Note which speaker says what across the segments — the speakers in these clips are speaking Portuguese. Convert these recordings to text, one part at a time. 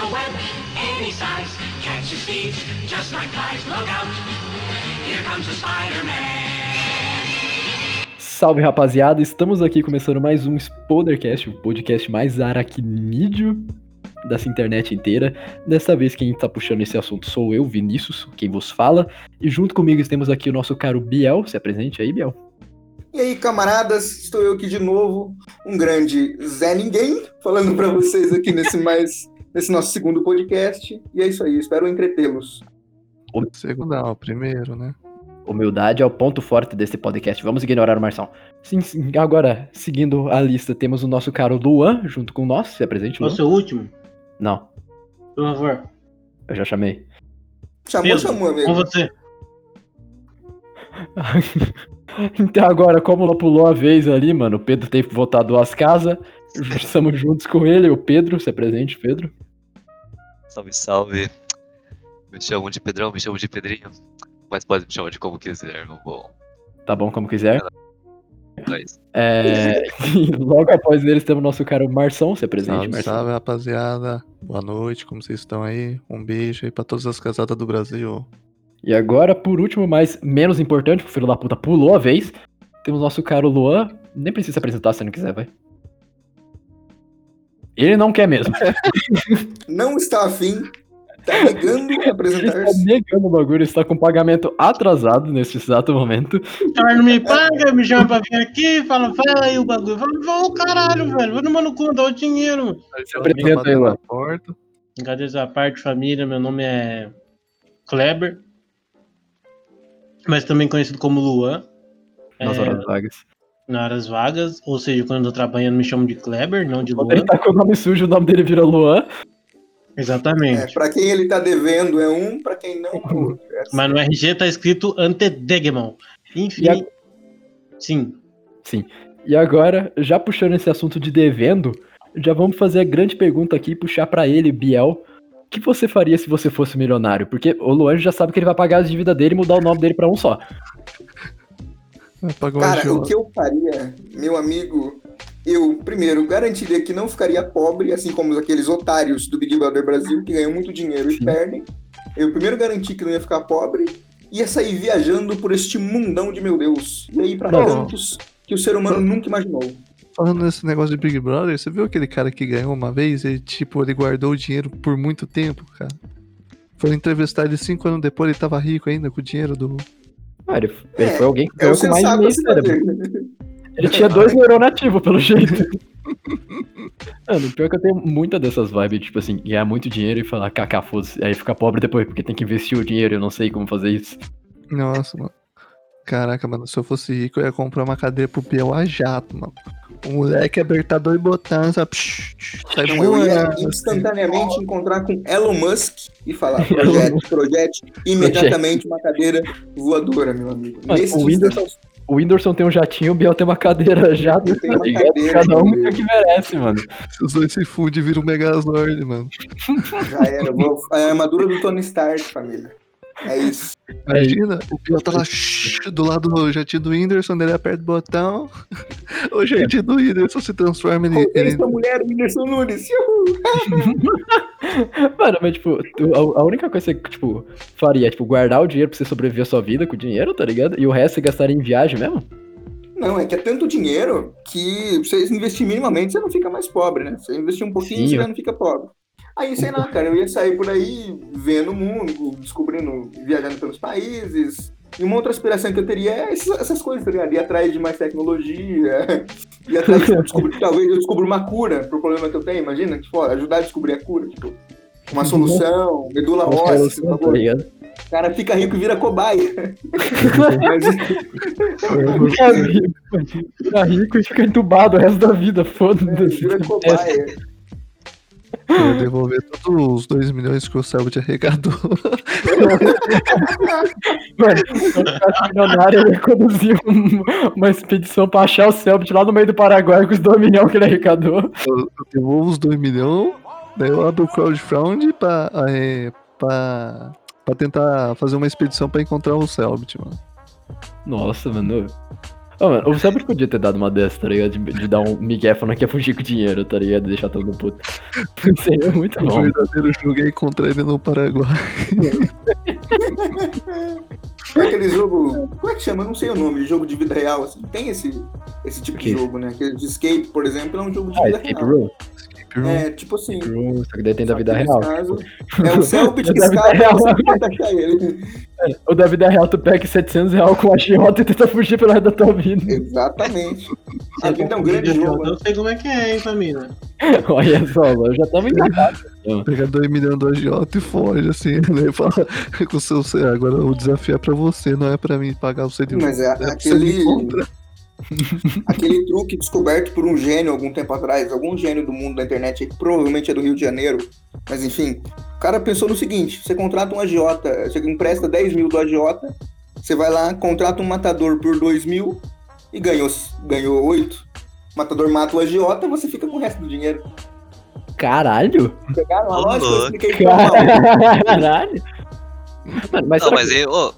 Speaker 1: a web, any size, catches thieves just like flies. Look out! Here comes the Spider-Man.
Speaker 2: Salve rapaziada, estamos aqui começando mais um Spodercast, o podcast mais aracnídeo dessa internet inteira. Dessa vez quem tá puxando esse assunto sou eu, Vinícius, quem vos fala. E junto comigo temos aqui o nosso caro Biel, se apresente aí, Biel.
Speaker 3: E aí, camaradas, estou eu aqui de novo, um grande Zé Ninguém, falando para vocês aqui nesse mais nesse nosso segundo podcast. E é isso aí, espero entretê-los.
Speaker 4: Segundo, ah, o primeiro, né?
Speaker 2: Humildade é o ponto forte desse podcast, vamos ignorar o Marção. Sim, sim, agora, seguindo a lista, temos o nosso caro Luan junto com nós, se apresente, Luan.
Speaker 5: Você é o último,
Speaker 2: Não,
Speaker 5: por favor.
Speaker 2: eu já chamei.
Speaker 3: Chamou,
Speaker 5: Pedro,
Speaker 3: chamou,
Speaker 5: Com
Speaker 3: amigo.
Speaker 5: você.
Speaker 2: então agora, como ela pulou a vez ali, mano, o Pedro tem voltado duas casas, estamos juntos com ele, o Pedro, se apresente, Pedro.
Speaker 6: Salve, salve. Me chamam de Pedrão, me chamam de Pedrinho. Mas pode me chamar de como quiser, meu bom.
Speaker 2: Tá bom, como quiser.
Speaker 6: Mas,
Speaker 2: É, e logo após eles temos o nosso cara Marção, se apresente,
Speaker 4: Salve,
Speaker 2: Marção.
Speaker 4: salve, rapaziada. Boa noite, como vocês estão aí? Um beijo aí pra todas as casadas do Brasil.
Speaker 2: E agora, por último, mas menos importante, porque o filho da puta pulou a vez, temos nosso caro Luan. Nem precisa se apresentar se não quiser, vai. Ele não quer mesmo. Tá
Speaker 3: Não está afim, tá negando
Speaker 2: Ele está
Speaker 3: apresentar-se.
Speaker 2: negando o bagulho, está com pagamento atrasado neste exato momento.
Speaker 5: Cara, não me paga, me chama pra vir aqui, fala, fala aí o bagulho. Fala, vai o caralho, velho. Vai no mano cu, dá o dinheiro, mano.
Speaker 2: apresenta aí,
Speaker 4: Bateu na
Speaker 2: Luan.
Speaker 4: porta.
Speaker 5: Brincadeira à parte, família. Meu nome é Kleber. Mas também conhecido como Luan.
Speaker 2: Nas
Speaker 5: É,
Speaker 2: horas vagas.
Speaker 5: nas horas vagas. Ou seja, quando eu tô trabalhando, me chamam de Kleber, não de
Speaker 2: Quando ele
Speaker 5: Luan.
Speaker 2: tá com o nome sujo, o nome dele vira Luan.
Speaker 3: É,
Speaker 5: Exatamente.
Speaker 3: para quem ele tá devendo é um, para quem não. é outro. É assim.
Speaker 5: Mas no RG tá escrito Antedegmon. Enfim.
Speaker 2: E a-
Speaker 5: Sim.
Speaker 2: E agora, já puxando esse assunto de devendo, já vamos fazer a grande pergunta aqui e puxar pra ele, Biel. O que você faria se você fosse milionário? Porque o Luan já sabe que ele vai pagar as dívidas dele e mudar o nome dele pra um só.
Speaker 4: É, Pagou um
Speaker 3: Cara, o
Speaker 4: idiota.
Speaker 3: que eu faria, meu amigo, eu, primeiro, garantiria que não ficaria pobre, assim como aqueles otários do Big Brother Brasil, que ganham muito dinheiro e
Speaker 2: Sim.
Speaker 3: perdem. Eu primeiro garanti que não ia ficar pobre, ia sair viajando por este mundão de meu Deus. E aí pra
Speaker 4: Não.
Speaker 3: cantos que o ser humano nunca imaginou.
Speaker 4: Falando nesse negócio de Big Brother, você viu aquele cara que ganhou uma vez e, tipo, ele guardou o dinheiro por muito tempo, cara? Foi entrevistar ele cinco anos depois, ele tava rico ainda com o dinheiro do.
Speaker 2: Ah, ele, ele
Speaker 3: É,
Speaker 2: foi alguém que
Speaker 3: É o
Speaker 2: ganhou com mais de
Speaker 3: sensato
Speaker 2: meio
Speaker 3: a se
Speaker 2: cérebro.
Speaker 3: fazer.
Speaker 2: Ele tinha dois neurônios ativos, pelo jeito. Mano, pior que eu tenho muita dessas vibes, tipo assim, ganhar muito dinheiro e falar, cacá, foda-se, aí ficar pobre depois, porque tem que investir o dinheiro, eu não sei como fazer isso.
Speaker 4: Nossa, mano. Caraca, mano, se eu fosse rico, eu ia comprar uma cadeira pro Biel a jato, mano. Um moleque apertador e botando, sabe? Psh, psh, sai
Speaker 3: Então eu ia
Speaker 4: voando, assim.
Speaker 3: instantaneamente encontrar com Elon Musk e falar projeto, projeto, imediatamente uma cadeira voadora, meu amigo.
Speaker 2: Mas
Speaker 3: Nesse
Speaker 2: o Whindersson- O Whindersson tem um jatinho, o Biel tem uma cadeira já,
Speaker 3: Eu tenho
Speaker 2: tá
Speaker 3: uma
Speaker 2: ligado?
Speaker 3: cadeira,
Speaker 2: Cada um tem
Speaker 3: meu
Speaker 2: o que merece, mano.
Speaker 4: Os dois se fundem e viram um Megazord, mano.
Speaker 3: Já era. Vou, é a armadura do Tony Stark, família. É isso.
Speaker 4: Imagina, o Biel tá lá shh, do lado do jatinho do Whindersson, ele aperta o botão. O jatinho do Whindersson se transforma, ele, ele
Speaker 3: Essa mulher, Whindersson Nunes.
Speaker 2: Mano, mas tipo, tu- a a única coisa que você, tipo, faria é, tipo, guardar o dinheiro pra você sobreviver a sua vida com o dinheiro, tá ligado? E o resto você gastaria em viagem mesmo?
Speaker 3: Não, é que é tanto dinheiro que você investir minimamente, você não fica mais pobre, né? Você investir um pouquinho,
Speaker 2: Sim,
Speaker 3: você
Speaker 2: eu-
Speaker 3: já não fica pobre. Aí, sei lá, cara, eu ia sair por aí vendo o mundo, descobrindo, viajando pelos países. E uma outra aspiração que eu teria é essas, essas coisas, tá ligado? Ir atrás de mais tecnologia, ir atrás de descobrir, talvez eu descubra uma cura pro problema que eu tenho, imagina, tipo, ajudar a descobrir a cura, tipo, uma solução, medula
Speaker 2: Os
Speaker 3: óssea,
Speaker 2: caras,
Speaker 3: esse
Speaker 2: tá
Speaker 3: bagulho.
Speaker 2: ligado?
Speaker 3: O cara fica rico e vira cobaia. né?
Speaker 2: Fica rico, fica rico e fica entubado o resto da vida,
Speaker 3: Mas
Speaker 2: foda-se.
Speaker 3: vira cobaia.
Speaker 4: ia devolver todos os 2 milhões que o Selbit arrecadou.
Speaker 2: Mano, se eu ficasse milionário, eu ia conduzir um- uma expedição pra achar o Selbit lá no meio do Paraguai com os 2 milhões que ele arrecadou.
Speaker 4: Eu, eu devolvo os 2 milhões, daí eu abro o crowdfund pra, é, pra, pra tentar fazer uma expedição pra encontrar o Selbit, mano.
Speaker 2: Nossa, mano. Ô, mano, o Sabe podia ter dado uma dessa, tá ligado? De, de dar um migué falando que ia fugir com dinheiro, tá ligado? Deixar todo mundo puto. Seria muito
Speaker 4: O
Speaker 2: Tá bom.
Speaker 4: verdadeiro joguei contra ele no Paraguai.
Speaker 3: É aquele jogo. Como é que chama? Eu não sei o nome. Jogo de vida real. Assim. Tem esse, esse tipo de
Speaker 2: Ok.
Speaker 3: jogo, né? Aquele de escape, por exemplo, é um jogo de
Speaker 2: Ah,
Speaker 3: vida
Speaker 2: escape
Speaker 3: real.
Speaker 2: room.
Speaker 3: É, tipo assim.
Speaker 2: Escape room, só que daí tem da
Speaker 3: só
Speaker 2: vida
Speaker 3: que nesse
Speaker 2: real.
Speaker 3: caso,
Speaker 2: tipo.
Speaker 3: É o Celpit
Speaker 2: Da
Speaker 3: que
Speaker 2: vida
Speaker 3: escapa e
Speaker 2: real.
Speaker 3: você tenta achar ele.
Speaker 2: O da vida real, tu pega 700 real com a Giota e tenta fugir pelo resto da tua vida.
Speaker 3: Exatamente. A
Speaker 5: Você
Speaker 3: vida é um
Speaker 5: confunde
Speaker 3: grande
Speaker 5: a
Speaker 2: né?
Speaker 3: jogo.
Speaker 5: Jota, Eu sei como é que é, hein, família.
Speaker 2: Olha só, mano, já tamo enganado.
Speaker 4: Pega 2 milhões do agiota e foge, assim, né? E Fala, com o seu, sei lá, agora o desafio é pra você, não é pra mim pagar você de
Speaker 3: Mas é
Speaker 4: pra você me
Speaker 3: aquele,
Speaker 4: encontrar.
Speaker 3: aquele truque descoberto por um gênio algum tempo atrás, algum gênio do mundo da internet, que provavelmente é do Rio de Janeiro, mas enfim, o cara pensou no seguinte: você contrata um agiota, você empresta 10 mil do agiota, você vai lá, contrata um matador por 2 mil e ganhou, ganhou 8. O matador mata o agiota, você fica com o resto do dinheiro.
Speaker 2: Caralho!
Speaker 3: Pegaram a
Speaker 6: Ô,
Speaker 3: lógica, eu
Speaker 6: louco.
Speaker 3: expliquei pra mal.
Speaker 2: Caralho! Mano, mas,
Speaker 6: Não,
Speaker 2: será
Speaker 6: mas
Speaker 2: que-
Speaker 6: aí, ô.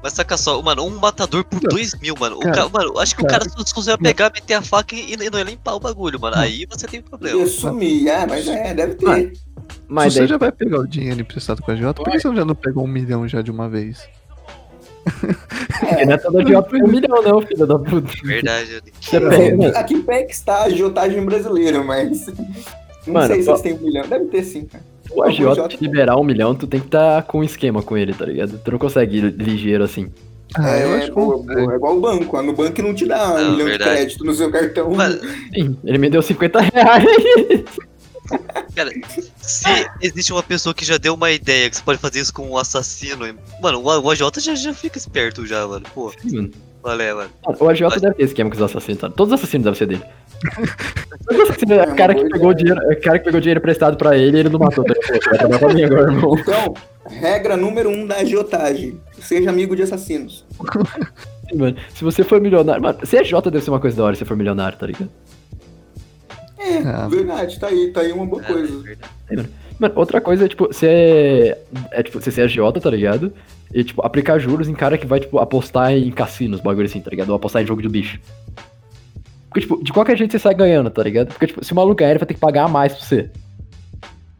Speaker 6: Mas saca só, mano, um matador por
Speaker 4: Não.
Speaker 6: 2 mil, mano. O
Speaker 4: Cara,
Speaker 6: cara, mano, acho que
Speaker 4: cara.
Speaker 6: o cara só conseguiu pegar, meter a faca e, e não ia limpar o bagulho, mano. Aí você tem
Speaker 3: Eu
Speaker 6: problema.
Speaker 3: sumi, ah, mas é, deve ter.
Speaker 2: Mano, mas
Speaker 4: Se você
Speaker 2: daí-
Speaker 4: já vai pegar o dinheiro emprestado com a agiota, por que você já não pegou um milhão já de uma vez?
Speaker 2: É, não é toda agiota por um milhão, não, filho da puta.
Speaker 6: É Verdade, eu
Speaker 2: Você
Speaker 3: Não,
Speaker 2: pega, mano.
Speaker 3: Aqui pé que está a agiotagem brasileira, mas. Não
Speaker 2: Mano,
Speaker 3: sei se
Speaker 2: só-
Speaker 3: eles têm um milhão. Deve ter sim, cara.
Speaker 2: O agiota te liberar um milhão, tu tem que estar com um esquema com ele, tá ligado? Tu não consegue ir ligeiro assim.
Speaker 4: Ah, eu
Speaker 3: é,
Speaker 4: acho
Speaker 3: boa,
Speaker 4: que
Speaker 3: boa. É igual o banco. A Nubank não te dá um
Speaker 6: Não,
Speaker 3: milhão
Speaker 6: verdade.
Speaker 3: de crédito no seu cartão.
Speaker 6: Mas-
Speaker 2: Sim, ele me deu 50 reais. é
Speaker 6: Cara, se existe uma pessoa que já deu uma ideia que você pode fazer isso com um assassino, mano, o o AJ já, já fica esperto já, mano. Pô,
Speaker 2: Mano,
Speaker 6: valeu, mano.
Speaker 2: O agiota deve ter esquema com os assassinos, tá? Todos os assassinos devem ser dele. Todos os assassinos, é o cara que pegou o dinheiro, é o cara que pegou o dinheiro emprestado pra ele e ele não matou. Tá? Ele falou, Vai trabalhar pra mim agora, irmão.
Speaker 3: Então, regra número um da agiotagem: seja amigo de assassinos.
Speaker 2: Sim, Mano, se você for milionário, mano, ser J deve ser uma coisa da hora se você for milionário, tá ligado?
Speaker 3: É,
Speaker 4: Ah.
Speaker 3: verdade, tá aí, tá aí uma boa
Speaker 6: É,
Speaker 3: coisa.
Speaker 6: verdade.
Speaker 2: Mano, outra coisa é, tipo, ser. É tipo, você ser agiota, tá ligado? E, tipo, aplicar juros em cara que vai, tipo, apostar em cassinos, bagulho assim, tá ligado? Ou apostar em jogo de bicho. Porque, tipo, de qualquer jeito você sai ganhando, tá ligado? Porque, tipo, se o maluco ganhar, ele vai ter que pagar a mais pra você.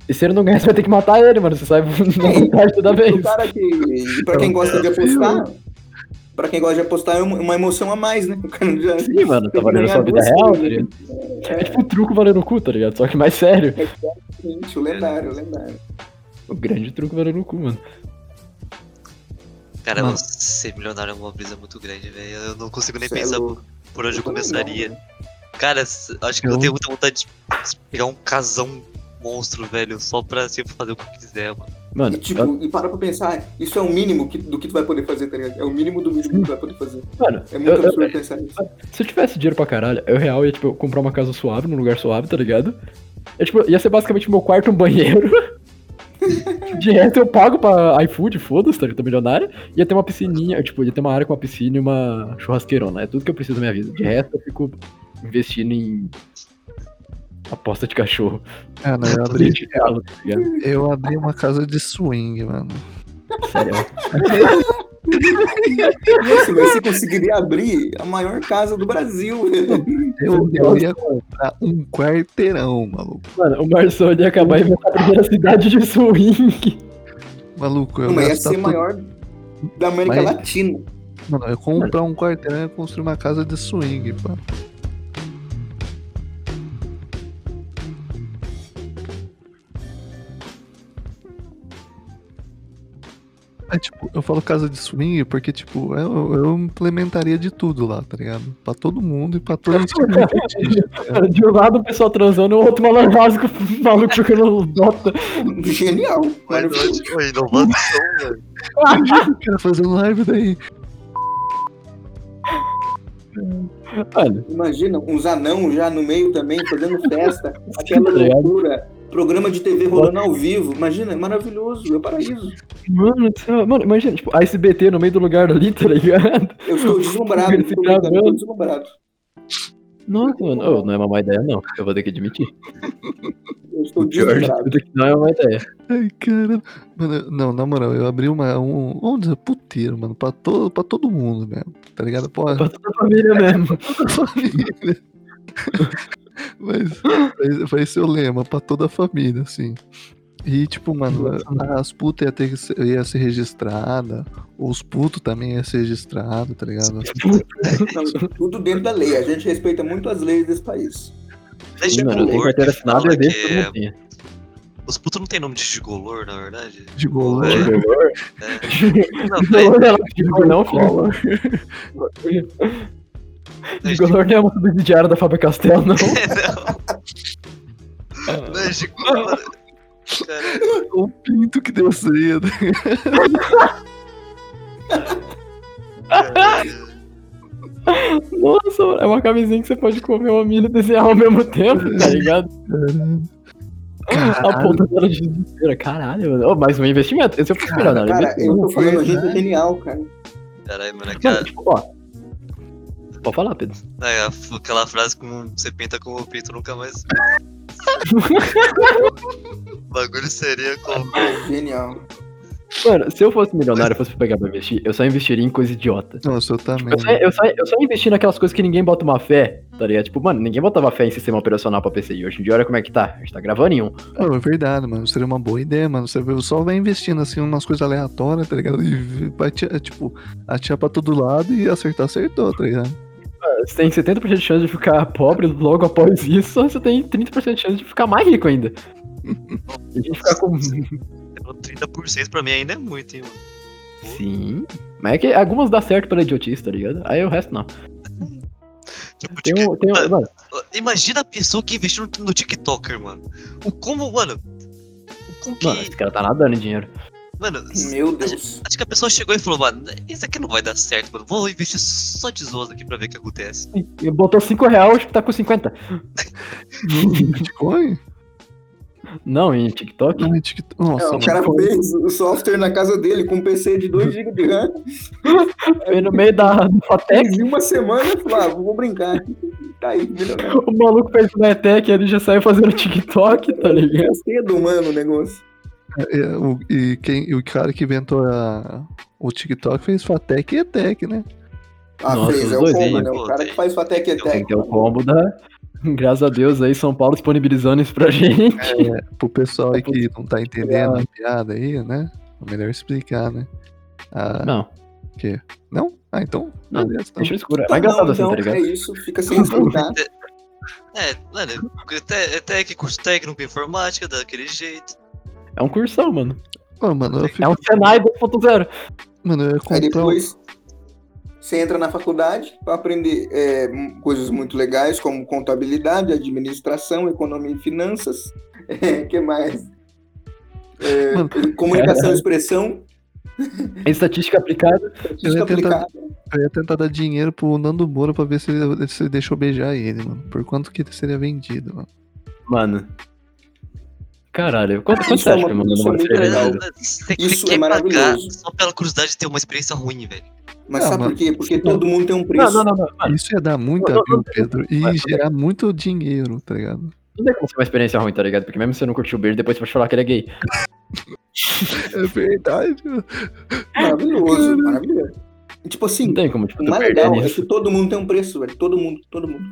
Speaker 2: E se ele não ganhar, você vai ter que matar ele, mano. Você sai na vontade toda
Speaker 3: O
Speaker 2: vez.
Speaker 3: cara que. Pra quem gosta de apostar. Pra quem gosta de apostar, é uma uma emoção a mais, né? O cara já.
Speaker 2: Sim, mano, tá valendo a sua vida real, tá ligado? É tipo um truco valendo o cu, tá ligado? Só que mais sério.
Speaker 3: É, Gente, o lendário, o lendário.
Speaker 2: O grande truco valendo o cu, mano.
Speaker 6: Cara,
Speaker 4: Mano.
Speaker 6: ser milionário é uma brisa muito grande, velho. Eu não consigo nem
Speaker 3: Cê é
Speaker 6: pensar
Speaker 3: louco.
Speaker 6: por onde eu,
Speaker 3: Eu também não,
Speaker 6: começaria.
Speaker 3: né?
Speaker 6: Cara, s- acho que eu
Speaker 4: Eu-
Speaker 6: tenho muita vontade de pegar um casão monstro, velho, só pra sempre fazer o que eu quiser, mano.
Speaker 2: Mano,
Speaker 3: E, tipo, e para pra pensar, isso é o mínimo que- do que tu vai poder fazer, tá ligado? É o mínimo do mínimo que tu vai poder fazer.
Speaker 2: eu- mano,
Speaker 3: É muito
Speaker 2: eu- eu-
Speaker 3: absurdo pensar nisso.
Speaker 2: Se eu tivesse dinheiro pra caralho, eu real ia, tipo, comprar uma casa suave, num lugar suave, tá ligado? Eu, tipo, ia ser basicamente meu quarto um banheiro. De resto, eu pago pra iFood, foda-se, tá ligado? Tô milionário. Ia ter uma piscininha, tipo, ia ter uma área com uma piscina e uma churrasqueirona. É tudo que eu preciso na minha vida. De resto, eu fico investindo em aposta de cachorro.
Speaker 4: Ah, não, eu abri,
Speaker 2: Gente, fala, tá ligado?
Speaker 4: eu abri uma casa de swing, mano.
Speaker 2: Sério.
Speaker 3: Nossa, mas você conseguiria abrir a maior casa do Brasil.
Speaker 4: Eu, eu ia comprar um quarteirão, maluco.
Speaker 2: Mano, o Marçom ia acabar inventando a primeira cidade de swing.
Speaker 4: Maluco, eu
Speaker 3: Não, mas ia
Speaker 2: tá
Speaker 4: gastar
Speaker 3: ser
Speaker 4: tudo.
Speaker 3: maior da América
Speaker 4: Mas-
Speaker 3: Latina.
Speaker 4: Mano, eu comprar um quarteirão e construir uma casa de swing, pá. É tipo, eu falo casa de swing porque, tipo, eu, eu implementaria de tudo lá, tá ligado? Pra todo mundo e pra todo mundo.
Speaker 2: Mano, De um lado o pessoal transando, o outro malandro básico, maluco jogando Dota.
Speaker 3: Genial.
Speaker 6: Mas
Speaker 3: maravilhoso.
Speaker 6: onde- onde é inovação, velho.
Speaker 4: O cara fazendo live daí.
Speaker 2: Mano,
Speaker 3: Imagina, uns anãos já no meio também, fazendo festa. Aquela
Speaker 2: tá ligado?
Speaker 3: loucura. Programa de TV rolando ao vivo. Imagina, é maravilhoso. É o paraíso.
Speaker 2: mano do céu. Mano, imagina, tipo, a SBT no meio do lugar ali, tá ligado?
Speaker 3: Eu estou deslumbrado.
Speaker 2: Esse
Speaker 3: Estou brincando,
Speaker 2: cabelo.
Speaker 3: estou deslumbrado.
Speaker 2: Nossa, mano. Ô, não é uma má ideia, não. Eu vou ter que admitir.
Speaker 3: Eu estou
Speaker 2: Pior de
Speaker 3: desesperado.
Speaker 2: tudo que não é uma ideia.
Speaker 4: Ai, caramba. Mano, eu- não, na moral, eu abri uma, um, um dizer, puteiro, mano, pra, to, pra todo mundo mesmo, tá ligado? Pô,
Speaker 2: Pra toda a família mesmo.
Speaker 4: toda a família. Mas mas vai ser o lema, pra toda a família, assim. E, tipo, mano, a- as putas ia, ter que ser, ia ser registrada, os putos também ia ser registrado, tá ligado?
Speaker 3: Não, tudo dentro da lei. A gente respeita muito as leis desse país.
Speaker 6: Mas de
Speaker 2: Não, tem
Speaker 6: golor,
Speaker 2: carteira assinada, é
Speaker 6: fala
Speaker 2: desse,
Speaker 6: que
Speaker 2: todo
Speaker 6: é-
Speaker 2: mundo tem.
Speaker 6: os putos não tem nome de gigolor, na verdade.
Speaker 4: De golô.
Speaker 6: É.
Speaker 2: Gigolô?
Speaker 6: Não, mas,
Speaker 2: Gigolô não é lá, gigolô não, filho.
Speaker 6: mas,
Speaker 2: Gigolô não é uma subsidiária da Fábio Castelo, não. É,
Speaker 6: não, mas gigolor. Cara,
Speaker 4: O pinto que deu cedo.
Speaker 2: Nossa, mano, é uma camisinha que você pode comer uma mina e desenhar ao mesmo tempo, tá ligado? A
Speaker 4: Caralho,
Speaker 2: ponta dela de desespero. Caralho, mano. Ô, mais um investimento. Esse eu fiz melhor, não.
Speaker 3: Cara, eu tô falando, a gente é genial, cara.
Speaker 6: Caralho, mano, é aquela,
Speaker 2: Mano, tipo, ó. Pode falar, Pedro.
Speaker 6: né, aquela frase com você pinta com o pinto nunca mais. o bagulho seria como.
Speaker 3: Genial.
Speaker 2: Mano, se eu fosse milionário e fosse pegar pra investir, eu só investiria em coisa idiota.
Speaker 4: não, o seu também.
Speaker 2: Eu só, eu, só, eu só investi naquelas coisas que ninguém bota uma fé, tá ligado? Tipo, mano, ninguém botava fé em sistema operacional pra PC. E hoje em dia, olha como é que tá. A gente tá gravando em um.
Speaker 4: Não, é verdade, mano. Seria uma boa ideia, mano. Você só vai investindo assim umas coisas aleatórias, tá ligado? E vai, ati- é, tipo, atirar pra todo lado e acertar, acertou, tá ligado?
Speaker 2: Você tem 70% de chance de ficar pobre logo após isso, só você tem 30% de chance de ficar mais rico ainda. E a gente ficar com.
Speaker 6: 30% pra mim ainda é muito, hein, mano.
Speaker 2: Sim. Mas é que algumas dá certo pela idiotice, tá ligado? Aí o resto não.
Speaker 6: Tipo,
Speaker 2: Tem um. Tem um mano,
Speaker 6: Imagina a pessoa que investiu no, no TikToker, mano. O como, mano. O como que.
Speaker 2: mano, esse cara tá nadando em dinheiro.
Speaker 6: Mano,
Speaker 3: Meu Deus.
Speaker 6: acho que a pessoa chegou e falou, mano, isso aqui não vai dar certo, mano. Vou investir só de zoas aqui pra ver o que acontece.
Speaker 2: E Botou 5 reais, acho que tá com 50.
Speaker 4: Bitcoin?
Speaker 2: Não, em TikTok.
Speaker 4: Não, é TikTok. Nossa,
Speaker 3: É, o
Speaker 4: mano.
Speaker 3: cara fez o software na casa dele com um PC de 2 GB de RAM.
Speaker 2: Foi no meio da do Fatec,
Speaker 3: Em uma semana, eu falei, ah, vou brincar. Tá aí, milionário.
Speaker 2: o maluco fez o Netec, ele já saiu fazendo TikTok, tá ligado?
Speaker 3: É cedo, mano, o negócio.
Speaker 4: É, o, e quem, e o cara que inventou a- o TikTok fez Fatec e Etec, né?
Speaker 3: Ah,
Speaker 2: Nossa,
Speaker 3: fez,
Speaker 2: os
Speaker 3: é o
Speaker 2: dois
Speaker 3: combo,
Speaker 2: aí,
Speaker 3: né? O
Speaker 6: pô,
Speaker 3: cara
Speaker 6: tem-
Speaker 3: que faz Fatec é
Speaker 2: Tem
Speaker 3: Tec.
Speaker 2: que ter o combo da. Graças a Deus aí, São Paulo disponibilizando isso pra gente.
Speaker 4: É, Pro pessoal aí que não tá entendendo
Speaker 2: É.
Speaker 4: a piada aí, né? É melhor explicar, né? Ah, não.
Speaker 2: Não,
Speaker 4: Ah, então.
Speaker 2: Não,
Speaker 4: beleza, então.
Speaker 2: deixa escuro. É
Speaker 3: Tá
Speaker 2: mais engraçado
Speaker 3: bom,
Speaker 2: assim,
Speaker 3: então,
Speaker 2: tá ligado?
Speaker 3: É isso, fica sem escutar.
Speaker 6: É, mano, até, até que curso técnico em informática, daquele jeito.
Speaker 2: É um cursão, mano.
Speaker 4: Ô, mano, eu fico-
Speaker 2: É um Senai 2.0.
Speaker 4: mano, eu ia comprar
Speaker 3: Aí
Speaker 4: um-
Speaker 3: depois você entra na faculdade para aprender é, m- coisas muito legais como contabilidade, administração, economia e finanças. É, que mais? É,
Speaker 4: Mano,
Speaker 3: comunicação e expressão, é
Speaker 2: É estatística aplicada.
Speaker 4: Eu
Speaker 3: estatística
Speaker 4: ia, tentar,
Speaker 3: aplicada.
Speaker 4: eu ia tentar dar dinheiro pro Nando Moura pra ver se ele, se ele deixou beijar ele, mano. Por quanto que ele seria vendido, mano.
Speaker 2: Mano. Caralho, quanto,
Speaker 3: Ah,
Speaker 2: quanto
Speaker 3: isso
Speaker 2: você
Speaker 3: é
Speaker 2: acha
Speaker 3: uma
Speaker 2: que o meu
Speaker 3: discussão
Speaker 2: namorado
Speaker 3: muito
Speaker 2: seria
Speaker 3: legal.
Speaker 2: vendido?
Speaker 6: Você
Speaker 3: Isso
Speaker 6: quer
Speaker 3: é
Speaker 6: pagar
Speaker 3: maravilhoso.
Speaker 6: só pela curiosidade de ter uma experiência ruim, velho.
Speaker 3: Mas
Speaker 4: Ah,
Speaker 3: sabe
Speaker 4: mano.
Speaker 3: por quê? Porque todo mundo tem um
Speaker 2: Não,
Speaker 3: preço.
Speaker 2: não, não, não. Mano,
Speaker 4: Isso ia dar muita,
Speaker 2: Ah. Não, não,
Speaker 4: viu,
Speaker 2: não,
Speaker 4: Pedro?
Speaker 2: não, não.
Speaker 4: E gerar muito dinheiro, tá ligado?
Speaker 2: não tem como ser uma experiência ruim, tá ligado? Porque mesmo se você não curtiu o beijo, depois você pode falar que ele é gay.
Speaker 4: É verdade, mano.
Speaker 3: Maravilhoso, maravilhoso. E, Tipo assim,
Speaker 2: Não tem como, tipo,
Speaker 3: o
Speaker 2: tu
Speaker 3: mais
Speaker 2: perder
Speaker 3: legal é
Speaker 2: nisso.
Speaker 3: que todo mundo tem um preço, velho. Todo mundo, todo mundo.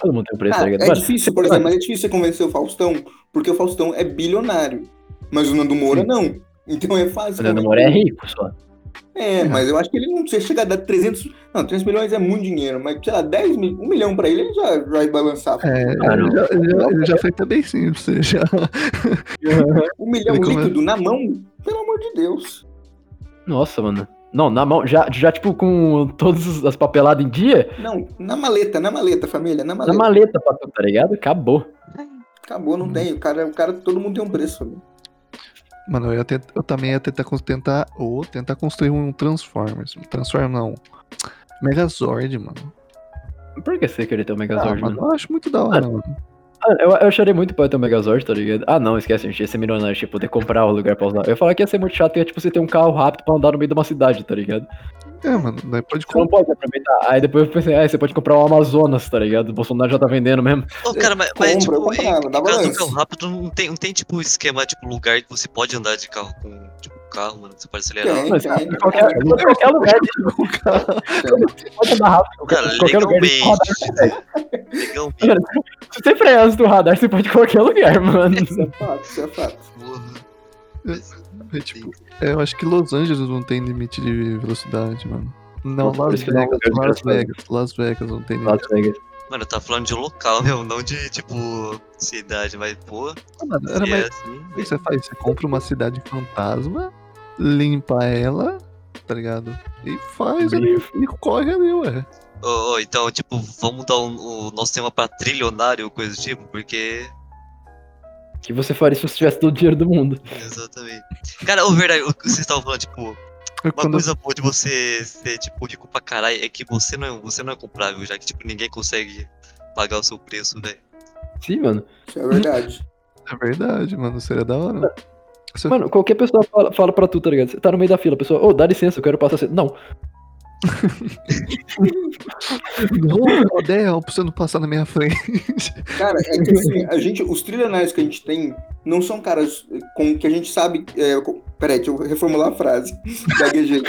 Speaker 2: Todo mundo tem um preço,
Speaker 3: Ah,
Speaker 2: tá ligado?
Speaker 3: é
Speaker 2: Mano,
Speaker 3: difícil, por exemplo, mas é difícil você convencer o Faustão, porque o Faustão é bilionário. Mas o Nando Moura não. Então é fácil.
Speaker 2: o Nando
Speaker 3: convencer.
Speaker 2: Moura é rico só.
Speaker 3: É,
Speaker 4: né?
Speaker 3: mas eu acho que ele não precisa chegar a dar 300. Não, 300 milhões é muito dinheiro, mas sei lá, 10 mil, 1 milhão pra ele, ele já vai balançar.
Speaker 4: É,
Speaker 2: Ah, não.
Speaker 4: ele já, ele já, ele já foi também simples, você já.
Speaker 3: Um milhão
Speaker 4: ele come-
Speaker 3: líquido na mão? Pelo amor de Deus.
Speaker 2: Nossa, mano. Não, na mão, já, já tipo, com todas as papeladas em dia,
Speaker 3: Não, na maleta, na maleta, família,
Speaker 2: na
Speaker 3: na maleta.
Speaker 2: maleta pra tu, tá ligado? Acabou.
Speaker 3: Acabou, não tem. O cara, o cara, todo mundo tem um preço. família.
Speaker 4: Mano, eu, ia tent- eu também ia tentar, cons- tentar, ou tentar construir um Transformers. Um Transformers não. Megazord, mano.
Speaker 2: Por que você queria ter o
Speaker 4: Ah,
Speaker 2: Megazord,
Speaker 4: mano,
Speaker 2: mano?
Speaker 4: eu acho muito da hora, mano.
Speaker 2: Ah, eu, eu acharia muito pra ter um Megazord, tá ligado? Ah, não, esquece, a gente ia ser milionário, tipo, poder comprar o lugar pra usar. Eu ia falar que ia ser muito chato, ia, tipo, você ter um carro rápido pra andar no meio de uma cidade, tá ligado?
Speaker 4: É, mano, daí pode
Speaker 2: Você não
Speaker 4: comprar.
Speaker 2: pode aproveitar. Aí depois eu pensei, ah, você pode comprar o Amazonas, tá ligado? O Bolsonaro já tá vendendo mesmo.
Speaker 6: Ô, cara, mas, mas,
Speaker 3: Compra,
Speaker 6: tipo,
Speaker 3: eu comprava, dá
Speaker 6: em, em caso do
Speaker 3: balanço.
Speaker 6: carro rápido, não tem, não tem tipo esquema, tipo, lugar que você pode andar de carro com tipo, carro, mano. que Você pode acelerar.
Speaker 3: Tem,
Speaker 2: Mas
Speaker 3: tem.
Speaker 2: em qualquer, em qualquer lugar, tipo, você pode andar rápido. Qualquer,
Speaker 6: Cara,
Speaker 2: qualquer lugar,
Speaker 6: legalmente.
Speaker 2: o radar te segue.
Speaker 6: Legal,
Speaker 2: Mano, se você frear antes do radar, você pode ir em qualquer lugar, mano.
Speaker 3: Isso é fato, isso é fato.
Speaker 6: porra.
Speaker 4: É, tipo, é, eu acho que Los Angeles não tem limite de velocidade, mano. Não,
Speaker 2: Outra
Speaker 4: Las
Speaker 2: coisa que não
Speaker 4: Vegas,
Speaker 2: é grande
Speaker 4: Las
Speaker 2: velocidade.
Speaker 4: Vegas, Las Vegas não tem
Speaker 2: Las
Speaker 4: limite.
Speaker 2: Vegas.
Speaker 6: Mano, tá falando de local, meu, não de tipo cidade, mas pô,
Speaker 4: Ah, mano,
Speaker 6: se
Speaker 4: era mais-
Speaker 6: é assim.
Speaker 4: O que você faz? Você compra uma cidade fantasma, limpa ela, tá ligado? E faz ali, e corre ali, ué.
Speaker 6: Ô, ô, então, tipo, vamos dar um- o nosso tema pra trilionário, coisa do tipo, porque.
Speaker 2: Que você faria se você tivesse todo o dinheiro do mundo.
Speaker 6: Exatamente. Cara, ô, verdade, o que vocês estavam falando, tipo,
Speaker 4: Eu,
Speaker 6: uma
Speaker 4: quando,
Speaker 6: coisa boa de você ser, tipo, rico pra caralho é que você não é, você não é comprável, já que, tipo, ninguém consegue pagar o seu preço, né? velho.
Speaker 2: Sim, mano.
Speaker 3: Isso é verdade.
Speaker 4: é verdade, mano, seria da hora. Você-
Speaker 2: Mano, qualquer pessoa fala, fala pra tu, tá ligado? Você tá no meio da fila, a pessoa, ô, dá licença, eu quero passar. cedo." Não.
Speaker 4: não, eu odeio pra você não passar na minha frente.
Speaker 3: Cara, é que assim, a gente, os trilionários que a gente tem não são caras eh, com que a gente sabe. É, com- peraí, deixa eu reformular a frase. Gaguejei.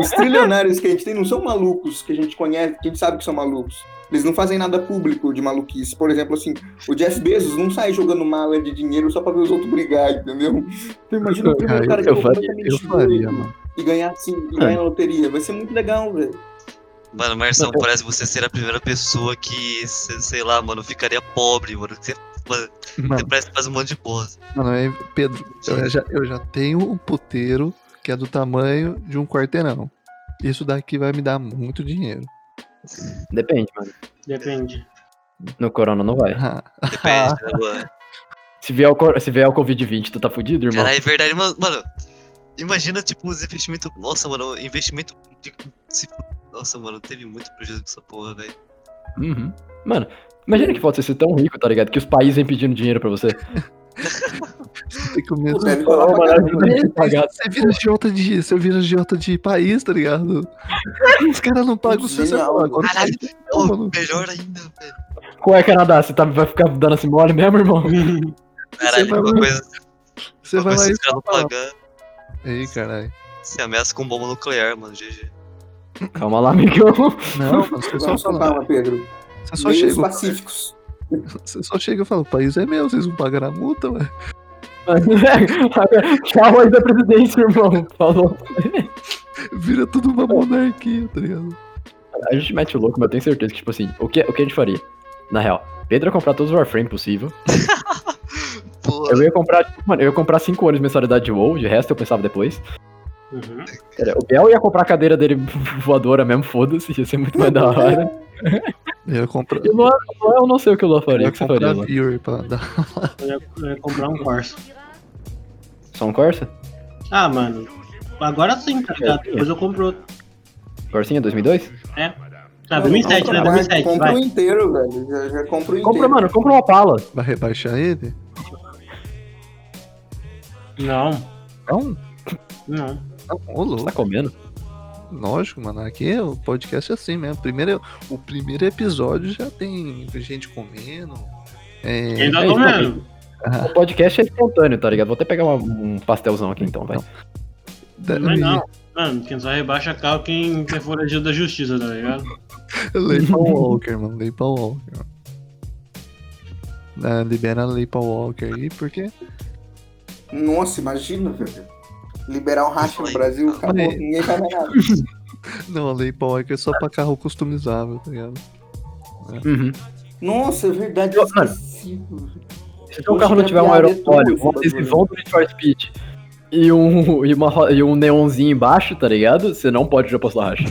Speaker 3: Os trilionários que a gente tem não são malucos que a gente conhece, que a gente sabe que são malucos. Eles não fazem nada público de maluquice. Por exemplo, assim, o Jeff Bezos não sai jogando mala de dinheiro só pra ver os outros brigar, entendeu? Tu imagina o primeiro cara que
Speaker 2: eu
Speaker 3: for
Speaker 2: faria,
Speaker 3: completamente
Speaker 4: Eu faria,
Speaker 6: um.
Speaker 3: doido
Speaker 4: mano. É.
Speaker 3: E ganhar assim, e ganhar na loteria. Vai ser muito legal, velho.
Speaker 6: Mano, Marção, parece você ser a primeira pessoa que, se- sei lá, mano, ficaria pobre, mano. que Você, mano, você
Speaker 4: Mano,
Speaker 6: parece que faz um monte de bosta.
Speaker 4: mano é, Pedro, eu já, eu já tenho um puteiro que é do tamanho de um quarteirão. Isso daqui vai me dar muito dinheiro.
Speaker 2: Depende, mano.
Speaker 5: Depende.
Speaker 2: No corona não vai.
Speaker 4: Ah,
Speaker 6: Depende, né, mano?
Speaker 2: Se vier o, cor- se vier o Covid-20, tu tá fudido, irmão?
Speaker 6: Cara, é verdade, mano. Mano, imagina, tipo, os investimentos. Nossa, mano, investimento. se- Nossa, mano, teve muito prejuízo com essa porra, velho.
Speaker 2: Uhum. Mano, imagina que pode ser tão rico, tá ligado? Que os países vêm pedindo dinheiro pra você.
Speaker 4: tem que mesmo.
Speaker 3: Deve falar
Speaker 2: Ô,
Speaker 3: pra
Speaker 2: mano,
Speaker 3: caramba.
Speaker 2: ajuda a gente pagar.
Speaker 4: Você vira agiota de, você vira agiota de país, tá ligado? Os caras não pagam o seu
Speaker 3: Genial,
Speaker 4: salário. Agora o
Speaker 6: Caralho,
Speaker 4: país-
Speaker 6: ô,
Speaker 4: mano.
Speaker 6: melhor ainda, velho.
Speaker 2: Qual é, Canadá? Você tá, vai ficar dando assim mole mesmo, irmão?
Speaker 6: Caralho,
Speaker 4: vai-
Speaker 6: uma coisa,
Speaker 4: Você
Speaker 6: uma
Speaker 4: vai
Speaker 6: coisa
Speaker 4: lá
Speaker 6: que
Speaker 4: e
Speaker 6: os caras não
Speaker 4: fala.
Speaker 6: pagar.
Speaker 4: Ei, caralho.
Speaker 6: Se ameaça com bomba nuclear, mano, GG.
Speaker 2: Calma lá, amigão.
Speaker 4: Não, mano, você só
Speaker 3: Vamos só
Speaker 4: fala.
Speaker 3: calma, Pedro.
Speaker 4: Você só
Speaker 3: Meios
Speaker 4: chega.
Speaker 3: pacíficos.
Speaker 4: Você só chega e fala, o país é meu, vocês não pagaram a multa, ué.
Speaker 2: é, Tchau aí da presidência, irmão. Falou.
Speaker 4: Vira tudo uma monarquia, tá ligado?
Speaker 2: A gente mete o louco, mas eu tenho certeza que, tipo assim, o que, o que a gente faria? Na real, Pedro ia comprar todos os Warframe possível.
Speaker 6: Porra,
Speaker 2: Eu ia comprar, tipo, mano, eu ia comprar 5 anos de mensalidade de WoW, de resto eu pensava depois.
Speaker 5: Uhum.
Speaker 2: Cara, o Biel ia comprar a cadeira dele voadora mesmo, foda-se, ia ser muito mais da hora.
Speaker 4: Eu ia comprar.
Speaker 2: E o Luan, o Luan, eu não sei o que o Luan
Speaker 4: Eu
Speaker 2: faria, o
Speaker 4: ia
Speaker 2: que você faria,
Speaker 4: comprar
Speaker 2: Luan?
Speaker 4: beer pra dar.
Speaker 5: Eu, ia, eu ia comprar um Corsa.
Speaker 2: Só um Corsa?
Speaker 5: Ah, mano. Agora sim, tá ligado? Depois eu compro outro.
Speaker 2: Corsinha 2002?
Speaker 5: Ah, 2007, né? 2007,
Speaker 3: Compra o
Speaker 5: vai.
Speaker 3: inteiro, velho. Já, já compra o inteiro.
Speaker 2: Compra, mano, compra uma pala.
Speaker 4: Vai rebaixar ele?
Speaker 3: um
Speaker 5: Não,
Speaker 4: Não,
Speaker 5: não.
Speaker 4: não, ô
Speaker 2: Você tá
Speaker 4: louco.
Speaker 2: comendo?
Speaker 4: Lógico, mano. Aqui o podcast é assim mesmo. Primeiro, o primeiro episódio já tem gente comendo. É,
Speaker 5: Ainda
Speaker 2: é
Speaker 5: tô
Speaker 2: isso,
Speaker 5: mesmo.
Speaker 4: ah,
Speaker 2: O podcast é espontâneo, tá ligado? Vou até pegar uma- um pastelzão aqui então, vai.
Speaker 4: deve-
Speaker 5: Mas não. Mano, quem só rebaixa carro quem, quem for agido da justiça, tá ligado?
Speaker 4: Leipa Walker, mano. Leipa Walker. Ah, libera a Leipa Walker aí, porque.
Speaker 3: Nossa, imagina, velho. Liberar um racha no
Speaker 6: Aí.
Speaker 3: Brasil, acabou.
Speaker 4: Aí.
Speaker 3: Ninguém vai ganhar nada.
Speaker 4: Não, a Leipa Walker é só pra carro customizável, tá ligado?
Speaker 2: Uhum.
Speaker 3: Nossa, é verdade.
Speaker 2: Eu- mano.
Speaker 3: esqueci.
Speaker 2: Se o carro não tiver um aerofólio, um adesivão do Need for Speed e um, e, uma, ro- e um neonzinho embaixo, tá ligado? Você não pode ultrapassar a racha.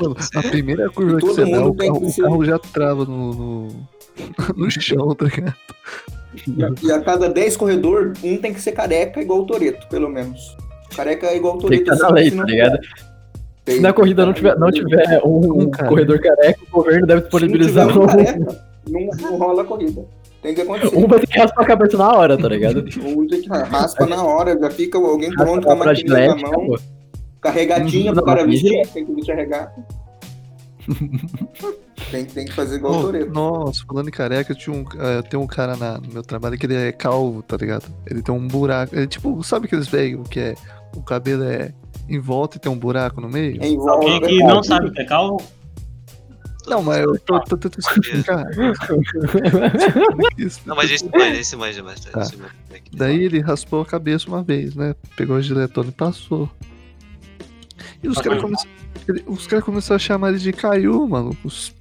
Speaker 4: Mano, a primeira curva que
Speaker 3: Todo
Speaker 4: você dá,
Speaker 3: mundo
Speaker 4: o
Speaker 3: tem
Speaker 4: carro,
Speaker 3: que
Speaker 4: o
Speaker 3: ser-
Speaker 4: carro já trava no, no, no chão, tá ligado?
Speaker 3: E a cada 10 corredor, um tem que ser careca igual o Toreto, pelo menos. Careca é igual o
Speaker 2: Tem que
Speaker 3: Toreto.
Speaker 2: estar na lei, tá ligado? Se na corrida não tiver, não tiver um, um
Speaker 4: Cara.
Speaker 2: corredor careca, o governo deve disponibilizar
Speaker 3: não,
Speaker 2: um.
Speaker 3: careca, não, não rola a corrida. Tem que acontecer.
Speaker 2: Um vai ter que raspar a cabeça na hora, tá ligado?
Speaker 3: Um tem que raspa na hora, já fica alguém pronto com a
Speaker 2: Comprar
Speaker 3: maquininha na
Speaker 2: gilete,
Speaker 3: mão.
Speaker 2: acabou.
Speaker 3: Carregadinha
Speaker 2: Uhum,
Speaker 3: pro cara
Speaker 2: não,
Speaker 3: vestir, tem que vestir arregado. tem, tem que fazer igual o
Speaker 4: Ô,
Speaker 3: Toreto.
Speaker 4: nossa, falando em careca, tinha um, eh, tem um cara na, no meu trabalho que ele é calvo, tá ligado? Ele tem um buraco. Ele, tipo, sabe aqueles velhos que é. O cabelo é em volta e tem um buraco no meio?
Speaker 3: Em volta,
Speaker 5: Alguém que não sabe o que é calvo?
Speaker 4: Não, mas eu tô tô tentando explicar.
Speaker 6: Não, mas esse mais, esse mais, esse mais.
Speaker 4: Tá.
Speaker 6: esse mais.
Speaker 4: Daí ele raspou a cabeça uma vez, né? Pegou a giletona e passou. E os
Speaker 5: Passou
Speaker 4: caras
Speaker 5: de
Speaker 4: começaram. Os caras começaram a chamar ele de Caiu, malucos.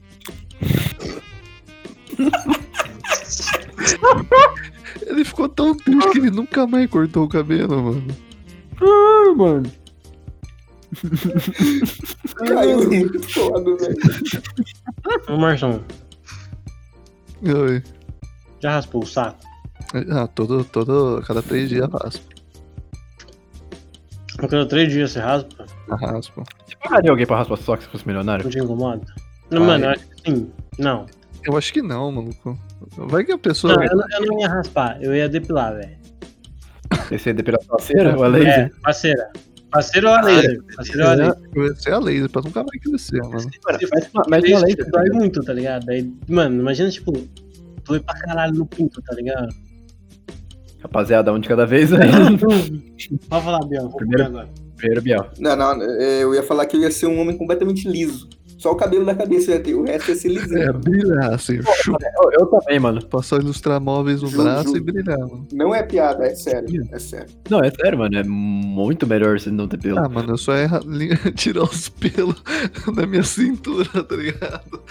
Speaker 4: ele ficou tão triste que ele nunca mais cortou o cabelo, mano.
Speaker 2: Ah, mano.
Speaker 3: Caiu muito foda, velho.
Speaker 5: Ô, Marção,
Speaker 4: Ai.
Speaker 5: já raspou o saco?
Speaker 4: Ah, todo, todo. Cada três dias raspa.
Speaker 5: Eu quero três dias você raspa,
Speaker 4: raspa.
Speaker 2: Você pagaria alguém pra raspar só que se fosse milionário?
Speaker 5: não te incomoda? Não,
Speaker 4: Ai.
Speaker 5: mano, eu acho que sim. Não.
Speaker 4: Eu acho que não, maluco. Vai que a pessoa.
Speaker 5: Não, é eu, não- eu não ia raspar, eu ia depilar, velho.
Speaker 2: Esse é depilação parceira ou é laser?
Speaker 5: É, parceira. Parceiro ou a laser? Parceiro ou a laser?
Speaker 4: Você é a laser, pra nunca mais crescer, mano.
Speaker 5: Você faz
Speaker 2: Mas, mas não é
Speaker 5: isso,
Speaker 2: laser.
Speaker 5: dói muito, tá ligado? Aí, mano, imagina, tipo, doer pra caralho no pinto, tá ligado?
Speaker 2: Rapaziada, um de cada vez
Speaker 5: É.
Speaker 2: aí.
Speaker 5: Pode falar, Biel, vou comer
Speaker 2: Primeiro-
Speaker 5: agora.
Speaker 2: Primeiro, Biel.
Speaker 3: Não, não, eh, eu ia falar que eu ia ser um homem completamente liso. Só o cabelo da cabeça eu ia ter, o resto ia ser lisinho.
Speaker 4: É, brilhar, assim, chupa.
Speaker 2: Eu, eu também, mano.
Speaker 4: Passar a ilustrar móveis no
Speaker 3: Ju,
Speaker 4: braço
Speaker 3: Ju.
Speaker 4: e brilhar, mano.
Speaker 3: Não é piada, é sério, é sério.
Speaker 2: Não, é sério, mano. É muito melhor você não ter pelo.
Speaker 4: Ah, mano, eu só ia li- tirar os pelos da minha cintura, tá ligado?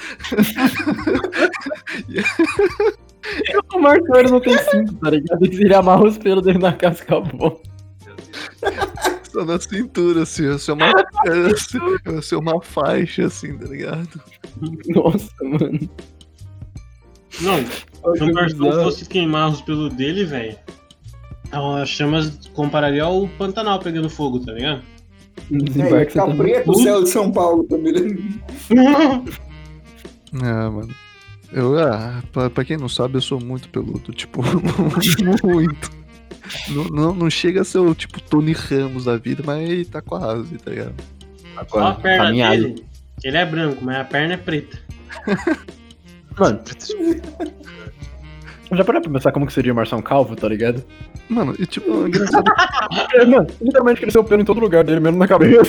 Speaker 2: o Marco ele não tem cinto, tá ligado? Se ele amarra os pelos dele na casa, acabou.
Speaker 4: Só na cintura, assim, eu ser uma, eu ser- eu ser uma faixa, assim, tá ligado?
Speaker 2: Nossa, mano.
Speaker 5: Não, se o Marcão fosse queimar os pelos dele, velho, as chamas compararia ao Pantanal pegando fogo, tá ligado?
Speaker 2: No
Speaker 3: É,
Speaker 2: desembarque você
Speaker 3: ficar
Speaker 2: tá
Speaker 3: preto
Speaker 5: Uhum.
Speaker 3: o céu de São Paulo também. né?
Speaker 4: Ah, mano. Eu, ah, pra, pra quem não sabe, eu sou muito peludo, tipo, muito. Não, não, não chega a ser o tipo Tony Ramos da vida, mas tá quase, tá ligado?
Speaker 5: Só a perna
Speaker 2: caminhada.
Speaker 5: dele, que ele é branco, mas a perna é preta.
Speaker 2: Mano, já parou pra pensar como que seria o Marção Calvo, tá ligado?
Speaker 4: Mano, e tipo, é engraçado.
Speaker 2: É, mano, literalmente cresceu o pelo em todo lugar dele, mesmo na cabeça.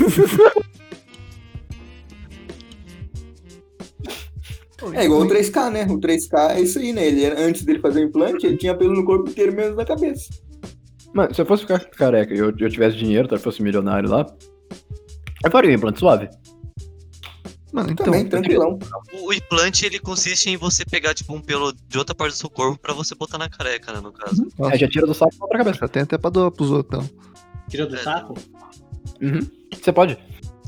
Speaker 3: É igual o 3K, né? O 3K é isso aí, né? Ele, era- antes dele fazer o implante, ele tinha pelo no corpo inteiro, menos na cabeça.
Speaker 2: Mano, se eu fosse ficar careca e eu, eu tivesse dinheiro, tá? Eu fosse milionário lá, eu faria um implante suave.
Speaker 4: Mano, então.
Speaker 3: Também, tranquilão.
Speaker 6: O, o implante, ele consiste em você pegar, tipo, um pelo de outra parte do seu corpo pra você botar na careca, né, no caso.
Speaker 4: Nossa,
Speaker 2: Aí É, já tira do saco e bota pra cabeça.
Speaker 4: já tem até pra doar pros outros, então.
Speaker 5: Tira do saco?
Speaker 2: Você pode?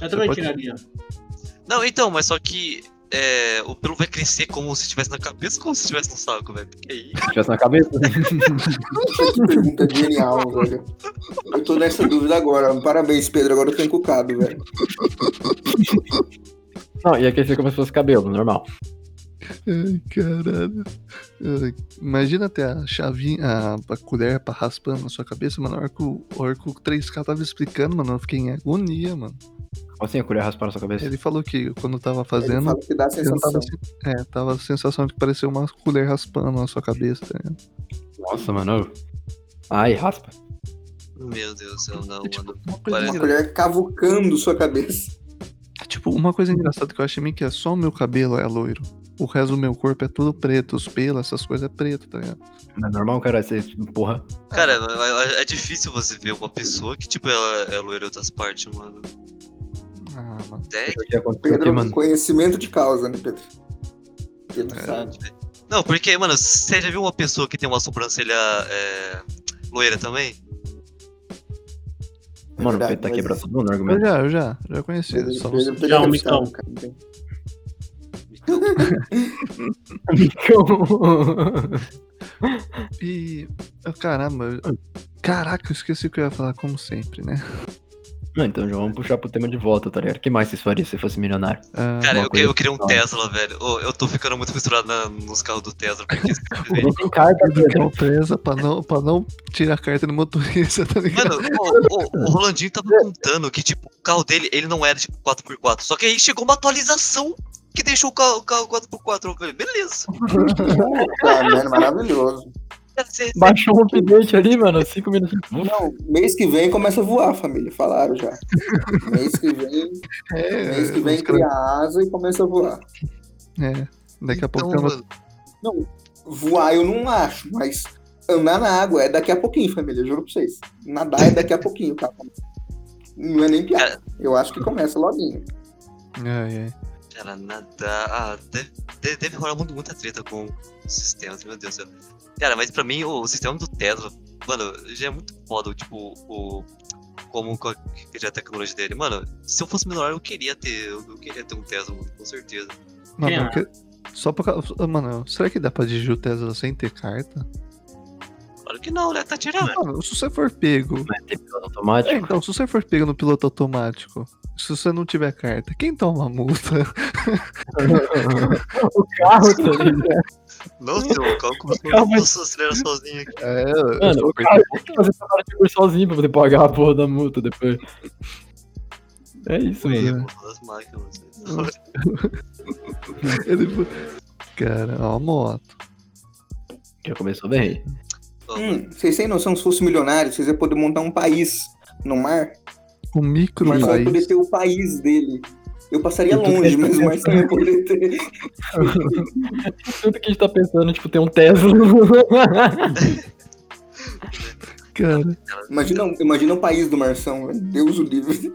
Speaker 5: Eu também
Speaker 4: pode-
Speaker 5: tiraria.
Speaker 6: Não, então, mas só que é, o pelo vai crescer como se estivesse na cabeça ou como se estivesse no saco, velho. Porque aí...
Speaker 2: Se tivesse na cabeça.
Speaker 3: Que pergunta genial, velho. Eu tô nessa dúvida agora. Parabéns, Pedro. Agora eu tô encucado, velho.
Speaker 2: Não, ia crescer como se fosse cabelo, normal.
Speaker 4: Ai, caralho. Ai, Imagina até a chavinha, a, a colher pra raspando na sua cabeça, mano. A hora que o a hora que o 3K tava explicando, mano, eu fiquei em agonia, mano.
Speaker 2: Como assim a colher raspar na sua cabeça?
Speaker 4: Ele falou que quando eu tava
Speaker 3: Ele
Speaker 4: fazendo,
Speaker 3: fala que dá a
Speaker 4: eu tava,
Speaker 3: sensação.
Speaker 4: sen- é, tava a sensação de que parecia uma colher raspando na sua cabeça. Tá ligado?
Speaker 2: Nossa, mano. Ai, raspa.
Speaker 6: Meu Deus do céu, não,
Speaker 4: É tipo,
Speaker 6: mano.
Speaker 4: uma coisa
Speaker 6: parece-
Speaker 3: Uma colher cavucando sua cabeça.
Speaker 4: É tipo, uma coisa engraçada que eu achei meio que é só o meu cabelo é loiro. O resto do meu corpo é tudo preto, os pelos, essas coisas é preto, tá ligado?
Speaker 2: Não é normal, cara, você porra.
Speaker 6: Cara, é- é- é difícil você ver uma pessoa que, tipo, ela é loira em outras partes, mano. É,
Speaker 4: Ah, mano.
Speaker 6: Até
Speaker 2: O que aconteceu aqui,
Speaker 3: Pedro,
Speaker 2: mano?
Speaker 3: conhecimento de causa, né, Pedro? Ele não
Speaker 4: É.
Speaker 3: sabe.
Speaker 6: Não, porque, mano, você já viu uma pessoa que tem uma sobrancelha é, loira também?
Speaker 2: Mano, o
Speaker 3: verdade,
Speaker 2: Pedro tá
Speaker 3: mas-
Speaker 2: quebrando todo mundo no
Speaker 4: Eu
Speaker 2: argumento.
Speaker 4: já, eu já, já conheci.
Speaker 3: Pedro,
Speaker 4: só-
Speaker 3: Pedro, Pedro
Speaker 5: Já,
Speaker 3: é
Speaker 5: um
Speaker 3: fiscal,
Speaker 5: micão.
Speaker 3: cara, não tem-
Speaker 2: Então,
Speaker 4: E. eu- Caramba. eu- Caraca, eu esqueci o que eu ia falar, como sempre, né?
Speaker 2: Não, então já vamos puxar pro tema de volta, tá ligado? O que mais vocês fariam se você fosse milionário?
Speaker 4: Ah,
Speaker 6: Cara,
Speaker 2: Uma
Speaker 6: eu, que- eu
Speaker 2: coisa
Speaker 6: queria um
Speaker 2: que fala.
Speaker 6: Tesla, velho. Ô, Eu tô ficando muito misturado na- nos carros do Tesla, porque é
Speaker 2: Não
Speaker 6: simplesmente.
Speaker 2: tem carta,
Speaker 4: do que
Speaker 2: Pedro.
Speaker 4: empresa pra não, pra não tirar a carta do motorista, tá ligado?
Speaker 6: Mano, o, o- o Rolandinho tava contando que, tipo, o carro dele, ele não era, tipo, 4x4. Só que aí chegou uma atualização que deixou o carro, o carro 4x4. Eu falei, beleza.
Speaker 3: Tá, mano, maravilhoso.
Speaker 6: Cara, cê- cê-
Speaker 2: Baixou um update ali, mano, cinco minutos.
Speaker 3: Não, mês que vem começa a voar, família. Falaram já. Mês que vem,
Speaker 4: é,
Speaker 3: mês que vem
Speaker 4: os caras-
Speaker 3: cria asa e começa a voar.
Speaker 4: é. Daqui a pouco
Speaker 6: Então,
Speaker 4: tem uma
Speaker 6: mano,
Speaker 3: Voar eu não acho, mas andar na água é daqui a pouquinho, família. Juro pra vocês. Nadar é daqui a pouquinho, tá? Não é nem piada. Eu acho que começa loguinho.
Speaker 4: Ai, ai.
Speaker 6: Cara, nada. Ah, deve, deve, deve rolar muito, muita treta com os sistemas, meu Deus do céu. Cara, mas pra mim o sistema do Tesla, mano, já é muito foda, tipo, o. Como co- que já é a tecnologia dele. Mano, se eu fosse menor, eu queria ter. Eu, eu queria ter um Tesla, mano, com certeza.
Speaker 4: Mano,
Speaker 5: Quem
Speaker 4: eu que- só por causa. ah, Mano, será que dá pra dirigir o Tesla sem ter carta?
Speaker 6: Claro que não, né? Tá tirando.
Speaker 4: Mano, se você for pego.
Speaker 2: Mas tem piloto
Speaker 4: É,
Speaker 2: automático.
Speaker 4: então, se você for pego no piloto automático, se você não tiver carta, quem toma a multa?
Speaker 2: o carro, tá ligado?
Speaker 6: Não, seu, o carro começou
Speaker 2: Não, mas-
Speaker 6: a acelerar sozinho aqui.
Speaker 4: É,
Speaker 2: Mano, tá o carro tem que fazer trabalho de Uber sozinho pra poder pagar a porra da multa depois. É isso,
Speaker 4: Pois
Speaker 2: mano.
Speaker 4: é.
Speaker 6: Erro das máquinas.
Speaker 4: Ele foi- Cara, ó, a moto.
Speaker 2: Já começou bem.
Speaker 3: Hum, vocês têm noção, se fosse milionário, vocês iam poder montar um país no mar,
Speaker 4: O micro
Speaker 3: mas vai
Speaker 4: país.
Speaker 3: poder ter o país dele. Eu passaria
Speaker 2: Eu tô
Speaker 3: longe, mas o
Speaker 2: pensando.
Speaker 3: Marcelo ia poder ter.
Speaker 2: Tudo que a gente tá pensando, tipo, ter um Tesla.
Speaker 4: Cara,
Speaker 3: Imagina, imagina o país do Marção, velho. Deus o livre.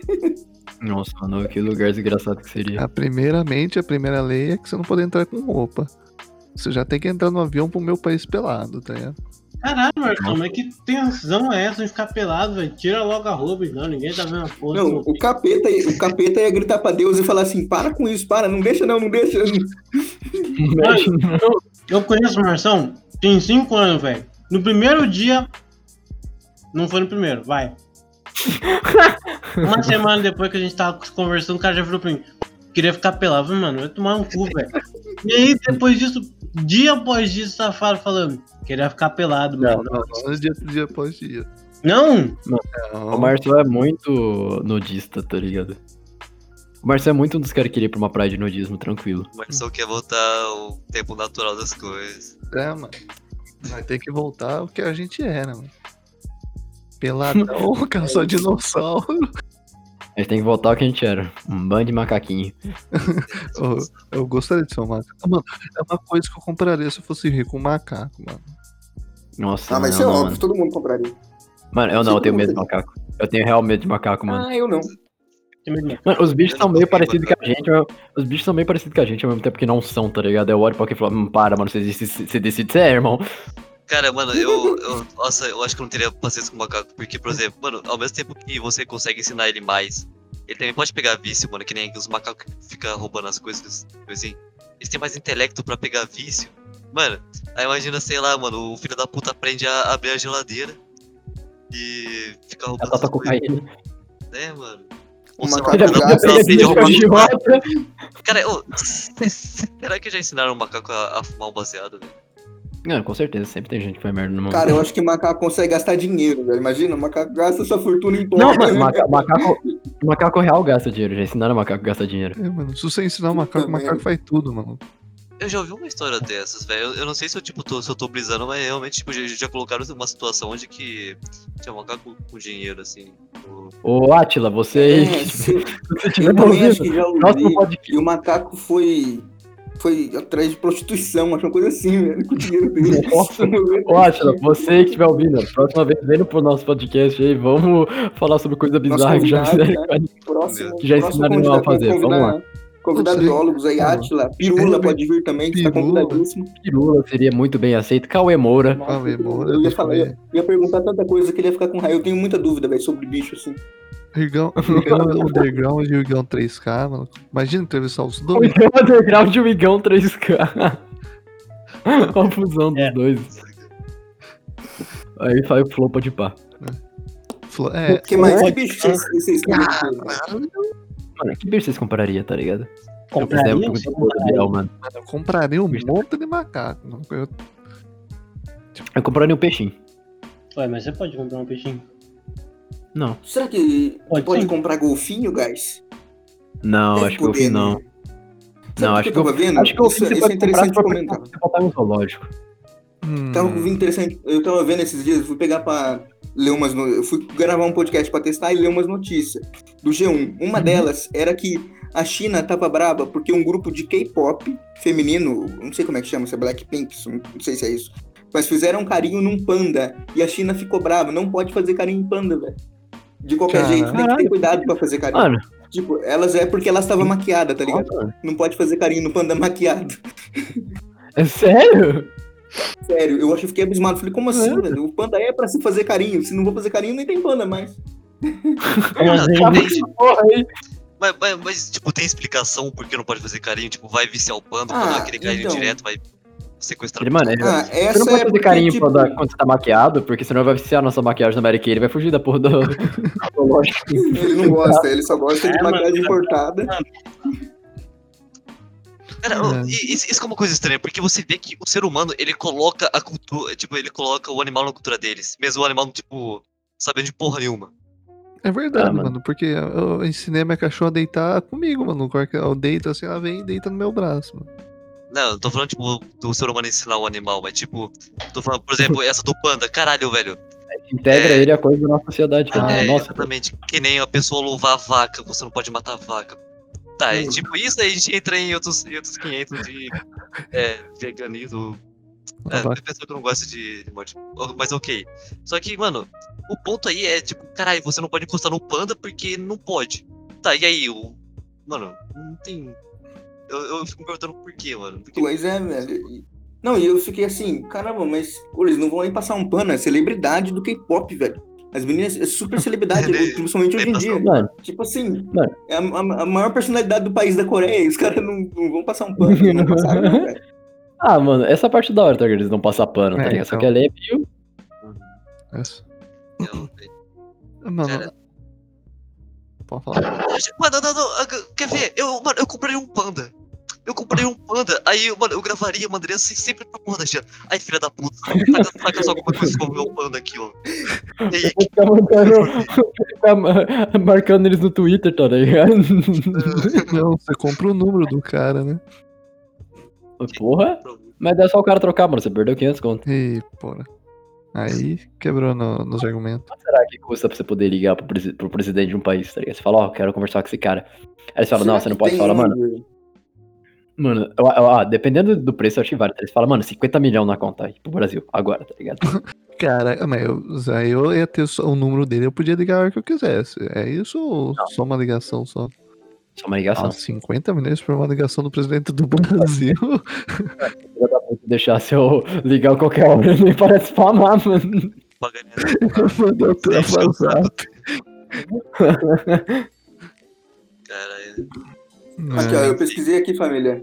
Speaker 2: Nossa, mano, que lugar desgraçado que seria.
Speaker 4: É a primeiramente, a primeira lei é que você não pode entrar com roupa. Você já tem que entrar no avião pro meu país pelado, tá ligado?
Speaker 5: Caralho, Marcão, mas que tensão é essa de ficar pelado, velho? Tira logo a roupa, então, ninguém tá vendo a porra.
Speaker 3: Não, o capeta, o capeta ia gritar pra Deus e falar assim: para com isso, para, não deixa não, não deixa.
Speaker 5: Eu conheço o Marção, tem 5 anos, velho. No primeiro dia. Não foi no primeiro, vai. Uma semana depois que a gente tava conversando, o cara já falou pra mim: queria ficar pelado. Eu falei, mano, vai tomar um cu, velho. E aí, depois disso, dia após dia, o safado falando: queria ficar pelado, mano.
Speaker 4: não, dia, dia após dia.
Speaker 5: Não!
Speaker 3: Ah,
Speaker 2: O Márcio é muito nudista, tá ligado? O Márcio é muito um dos caras que iria pra uma praia de nudismo tranquilo.
Speaker 6: O Marcel quer voltar ao tempo natural das coisas.
Speaker 4: É, mano. Vai ter que voltar o que a gente era, mano. Peladão, cara, só dinossauro.
Speaker 2: A gente tem que voltar ao que a gente era. Um bando de macaquinho.
Speaker 4: Ô, Eu gostaria de ser um macaco. Mano, é uma coisa que eu compraria se eu fosse rico, um macaco, mano.
Speaker 2: Nossa,
Speaker 3: Ah, mas isso é
Speaker 2: não,
Speaker 3: óbvio, é
Speaker 2: mano.
Speaker 3: todo mundo compraria.
Speaker 2: Mano, eu não, eu tenho medo de
Speaker 3: Sim.
Speaker 2: macaco. Eu tenho real medo de macaco, mano.
Speaker 3: Ah, eu não.
Speaker 5: Tem medo não.
Speaker 2: Mano, os bichos
Speaker 6: Eu
Speaker 2: são
Speaker 6: não
Speaker 2: meio
Speaker 6: consigo,
Speaker 2: parecidos com
Speaker 6: cara.
Speaker 2: a gente, mas os bichos são meio parecidos com a gente ao mesmo tempo que não são, tá ligado? Eu olho pra alguém e falo, hum, para, mano, você decide, você decide, você é, irmão.
Speaker 6: Cara, mano, eu, eu. Nossa, eu acho que eu não teria paciência com o macaco. Porque, por exemplo, mano, ao mesmo tempo que você consegue ensinar ele mais, ele também pode pegar vício, mano, que nem os macacos que ficam roubando as coisas, assim. Eles têm mais intelecto pra pegar vício. Mano, aí imagina, sei lá, mano, o filho da puta aprende a abrir a geladeira e fica
Speaker 2: Já
Speaker 6: roubando
Speaker 2: tá
Speaker 6: as
Speaker 2: pra
Speaker 6: coisas,
Speaker 2: cocaína.
Speaker 6: né, mano?
Speaker 3: O
Speaker 6: sei lá,
Speaker 3: macaco
Speaker 6: o
Speaker 2: tá
Speaker 6: filho
Speaker 3: já-
Speaker 6: da puta
Speaker 3: já
Speaker 6: aprende a roubar as coisas.
Speaker 2: Idiota.
Speaker 6: Cara, ô, será que já ensinaram o macaco a, a fumar um baseado, velho?
Speaker 2: Não, com certeza, sempre tem gente que faz merda no mundo.
Speaker 3: Cara, eu acho que macaco consegue gastar dinheiro, velho. Imagina, o macaco gasta sua fortuna em É,
Speaker 2: Não,
Speaker 3: pó.
Speaker 2: mano, maca- macaco, macaco real gasta dinheiro, já ensinaram macaco a gastar dinheiro.
Speaker 4: É, mano. Se você ensinar o macaco, o
Speaker 3: Puta
Speaker 4: macaco
Speaker 3: merda.
Speaker 4: faz tudo, mano.
Speaker 6: Eu já ouvi uma história dessas, velho. Eu, eu não sei se eu, tipo, tô, se eu tô brisando, mas realmente, tipo, já, já colocaram uma situação onde que tinha um macaco com dinheiro, assim. o-
Speaker 2: Ô, Atila, você aí,
Speaker 3: É,
Speaker 2: se
Speaker 3: se-
Speaker 2: você tiver
Speaker 3: eu também
Speaker 2: ouvindo,
Speaker 3: acho que já
Speaker 2: próximo
Speaker 3: ouvi.
Speaker 2: podcast.
Speaker 3: E o macaco foi. Foi atrás de prostituição, achou coisa assim, velho, com o dinheiro dele.
Speaker 2: Nossa. Ô, Atila, você aí que estiver ouvindo, próxima vez vem pro nosso podcast aí, vamos falar sobre coisa bizarra que já
Speaker 3: convidado, né?
Speaker 2: fizeram. com a gente.
Speaker 3: Próximo,
Speaker 2: Já
Speaker 3: próximo
Speaker 2: ensinaram ele a fazer, vamos lá. Tá
Speaker 3: Convidar
Speaker 4: Não sei.
Speaker 3: biólogos aí,
Speaker 4: Mano,
Speaker 3: Atila, Pirula
Speaker 4: sério,
Speaker 3: pode vir também, que tá
Speaker 4: Pirula?
Speaker 3: convidadíssimo.
Speaker 2: Pirula seria muito bem aceito. Cauê Moura.
Speaker 3: Nossa,
Speaker 4: Fala, irmão.
Speaker 3: eu ia falar, eu ia perguntar tanta coisa que ele ia ficar com raiva. Eu tenho muita dúvida, velho, sobre bicho, assim.
Speaker 4: Irgão, Irgão Underground e o Irgão 3K, mano. Imagina entrevistar os
Speaker 2: O
Speaker 4: dois.
Speaker 2: Igão Underground e o Igão 3K. Uma fusão dos
Speaker 5: É.
Speaker 2: dois. Aí sai o flopa de pá.
Speaker 4: Falou, é,
Speaker 3: Que mais? Que
Speaker 5: Pode-
Speaker 3: bicho vocês- vocês compraram?
Speaker 2: Mano, que bicho vocês compraria, tá ligado?
Speaker 5: Compraria,
Speaker 2: Eu é um
Speaker 5: sim,
Speaker 2: fiz uma pergunta pro Biel, mano.
Speaker 4: mano, eu compraria um monte de macaco. Não, eu-
Speaker 2: Eu compraria um peixinho.
Speaker 5: Ué, mas você pode comprar um peixinho.
Speaker 2: Não.
Speaker 3: Será que
Speaker 5: Pode
Speaker 3: pode,
Speaker 5: sim.
Speaker 3: comprar golfinho, guys?
Speaker 2: Não,
Speaker 3: Deve
Speaker 2: acho que eu
Speaker 3: poder,
Speaker 2: fiz não.
Speaker 3: né? Sabe
Speaker 2: Não,
Speaker 3: o
Speaker 2: acho
Speaker 3: eu
Speaker 2: que eu-
Speaker 3: tava vendo.
Speaker 2: Acho que eu
Speaker 3: isso,
Speaker 2: fiz
Speaker 3: isso é interessante de comentar.
Speaker 2: tipo, Você botar um zoológico.
Speaker 4: Hum,
Speaker 3: Tava Tá ouvindo interessante. Eu tava vendo esses dias, fui pegar pra ler umas. No... Eu fui gravar um podcast pra testar e ler umas notícias do G1. Uma delas era que a China tava braba porque um grupo de K-pop feminino, não sei como é que chama, se é Blackpink, isso, não sei se é isso. Mas fizeram um carinho num panda e a China ficou brava. Não pode fazer carinho em panda, velho. De qualquer
Speaker 4: Caralho.
Speaker 3: jeito, tem que ter cuidado pra fazer carinho.
Speaker 2: Mano,
Speaker 3: Tipo, elas é porque elas estavam maquiadas, tá ligado?
Speaker 2: mano,
Speaker 3: Não pode fazer carinho no panda maquiado.
Speaker 2: é sério?
Speaker 3: Sério, eu acho que fiquei abismado. Falei, como assim,
Speaker 2: É.
Speaker 3: velho? O panda é pra se fazer carinho. Se não vou fazer carinho, nem tem panda mais.
Speaker 5: Como
Speaker 3: É
Speaker 5: assim?
Speaker 6: Não, tem-
Speaker 2: Tá Porra, aí.
Speaker 6: mas, mas- mas, tipo, tem explicação por que não pode fazer carinho? Tipo, vai viciar o panda,
Speaker 3: Ah,
Speaker 6: quando aquele carinho
Speaker 3: então.
Speaker 6: direto, vai sequestrar
Speaker 2: Ele, mano, ele-
Speaker 3: Ah, essa
Speaker 2: você não pode
Speaker 3: é
Speaker 2: fazer
Speaker 3: porque,
Speaker 2: carinho
Speaker 3: tipo,
Speaker 2: quando, quando você tá maquiado, porque senão vai viciar a nossa maquiagem da Mary Kay. Ele vai fugir da porra do do zoológico.
Speaker 3: Ele não gosta, ele só gosta
Speaker 5: É,
Speaker 3: de
Speaker 5: mano,
Speaker 3: maquiagem
Speaker 5: é.
Speaker 3: importada.
Speaker 6: Cara,
Speaker 4: É.
Speaker 6: e- isso, isso é uma coisa estranha, porque você vê que o ser humano, ele coloca a cultura, tipo, ele coloca o animal na cultura deles, mesmo o animal, tipo, sabendo de porra nenhuma.
Speaker 4: É verdade,
Speaker 2: Ah, mano.
Speaker 4: mano. porque eu ensinei minha cachorra a deitar comigo, mano. Qualquer- Eu deito assim, ela vem e deita no meu braço, mano.
Speaker 6: Não, eu tô falando, tipo, do ser humano ensinar o animal, mas, tipo, tô falando, por exemplo, essa do panda, caralho, velho.
Speaker 2: Integra
Speaker 6: É.
Speaker 2: ele a coisa da nossa sociedade, cara.
Speaker 6: é,
Speaker 2: Ah, nossa,
Speaker 6: exatamente, que nem a pessoa louvar a vaca, você não pode matar a vaca. Tá, é, tipo, isso aí a gente entra em outros, em outros 500 de é, veganismo, É,
Speaker 4: Ela
Speaker 6: tem pessoa que não gosta de, de morte. Oh, Mas ok. Só que, mano, o ponto aí é, tipo, caralho, você não pode encostar no panda porque não pode. Tá, e aí? O... Mano, não tem. Eu, eu fico me perguntando por quê, mano. Porque...
Speaker 3: Pois é, velho. E- Não, e eu fiquei assim, caramba, mas pô, eles não vão aí passar um pano. É celebridade do K-pop, velho. As meninas é super celebridade,
Speaker 6: Ele-
Speaker 3: principalmente hoje em
Speaker 6: ele
Speaker 3: dia.
Speaker 2: mano.
Speaker 3: Tipo assim,
Speaker 2: Mano.
Speaker 3: é a, a- a maior personalidade do país da Coreia. e Os caras não, não vão passar um pano. Não vão passar, não, velho.
Speaker 2: Ah, mano, essa parte da hora, tá? ligado? Eles não passam pano, tá
Speaker 4: É,
Speaker 2: ligado? Só
Speaker 4: então.
Speaker 2: que ela é meio.
Speaker 4: Essa.
Speaker 6: Eu, eu- Cara.
Speaker 4: Mano. Pode falar.
Speaker 6: mano, não, não, ah, quer ver? Eu, mano, eu comprei um panda. Eu comprei um panda, aí, mano, eu gravaria, mano, eu sei sempre pra porra da Jean. Ai, filha da puta, taca, taca só alguma coisa com o meu panda aqui, ó. E aí,
Speaker 2: Vou ficar mandando. vou ficar ma- marcando eles no Twitter, tá ligado?
Speaker 4: É, Não, você compra o número do cara, né?
Speaker 2: Porra. Mas é só o cara trocar, mano. Você perdeu 500 conto.
Speaker 4: E, porra. Aí quebrou no- nos argumentos.
Speaker 2: Quanto será que custa pra você poder ligar pro, presi- pro presidente de um país, tá ligado? Você fala, ó, quero conversar com esse cara. Aí eles falam, não,
Speaker 3: Será
Speaker 2: você não
Speaker 3: que
Speaker 2: pode
Speaker 3: tem um-"
Speaker 2: falar, mano.
Speaker 3: onde?
Speaker 2: Mano, eu- eu- ah, dependendo do preço, eu acho que vale. Eles falam, mano, 50 milhões na conta aí pro Brasil, agora, tá ligado?
Speaker 4: Cara, ah, mas eu, aí eu ia ter só o número dele, eu podia ligar a hora que eu quisesse. É isso ou só uma ligação só?
Speaker 2: Só é uma ligação.
Speaker 4: Ah, 50 milhões por uma ligação do presidente do Brasil?
Speaker 2: Filha da puta, deixar se eu ligar qualquer hora, nem parece spamar, mano.
Speaker 6: pra ganhar.
Speaker 4: Mandou
Speaker 6: Deixa eu
Speaker 4: ultrapassar.
Speaker 6: Caralho.
Speaker 3: Aqui, ó, eu pesquisei aqui, família.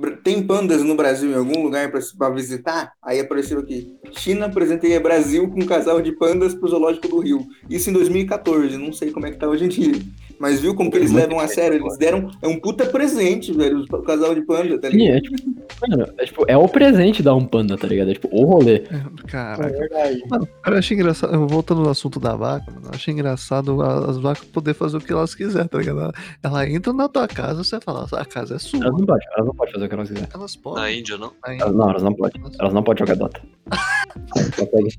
Speaker 3: Br- Tem pandas no Brasil em algum lugar pra, pra visitar? Aí apareceu aqui. China presenteia Brasil com um casal de pandas pro Zoológico do Rio. Isso em 2014, não sei como é que tá hoje em dia. Mas viu como que eles levam a sério? Eles deram. É um puta presente, velho, os- o casal de panda, tá
Speaker 2: Sim,
Speaker 3: ligado?
Speaker 2: é tipo, mano, é tipo, é o presente da um panda, tá ligado? É tipo, o rolê.
Speaker 4: Caraca.
Speaker 5: É verdade.
Speaker 4: Mano, eu achei engraçado, eu voltando no assunto da vaca, mano, eu achei engraçado a- as vacas poder fazer o que elas quiserem, tá ligado? Ela, ela entra na tua casa, você fala, a casa é sua.
Speaker 2: Elas não podem, elas não podem fazer o que elas quiserem.
Speaker 4: Elas
Speaker 6: Na
Speaker 4: podem.
Speaker 6: Índia, não?
Speaker 4: Aí,
Speaker 2: Elas- Não, elas não podem. Elas não podem jogar Dota. Elas só conseguem-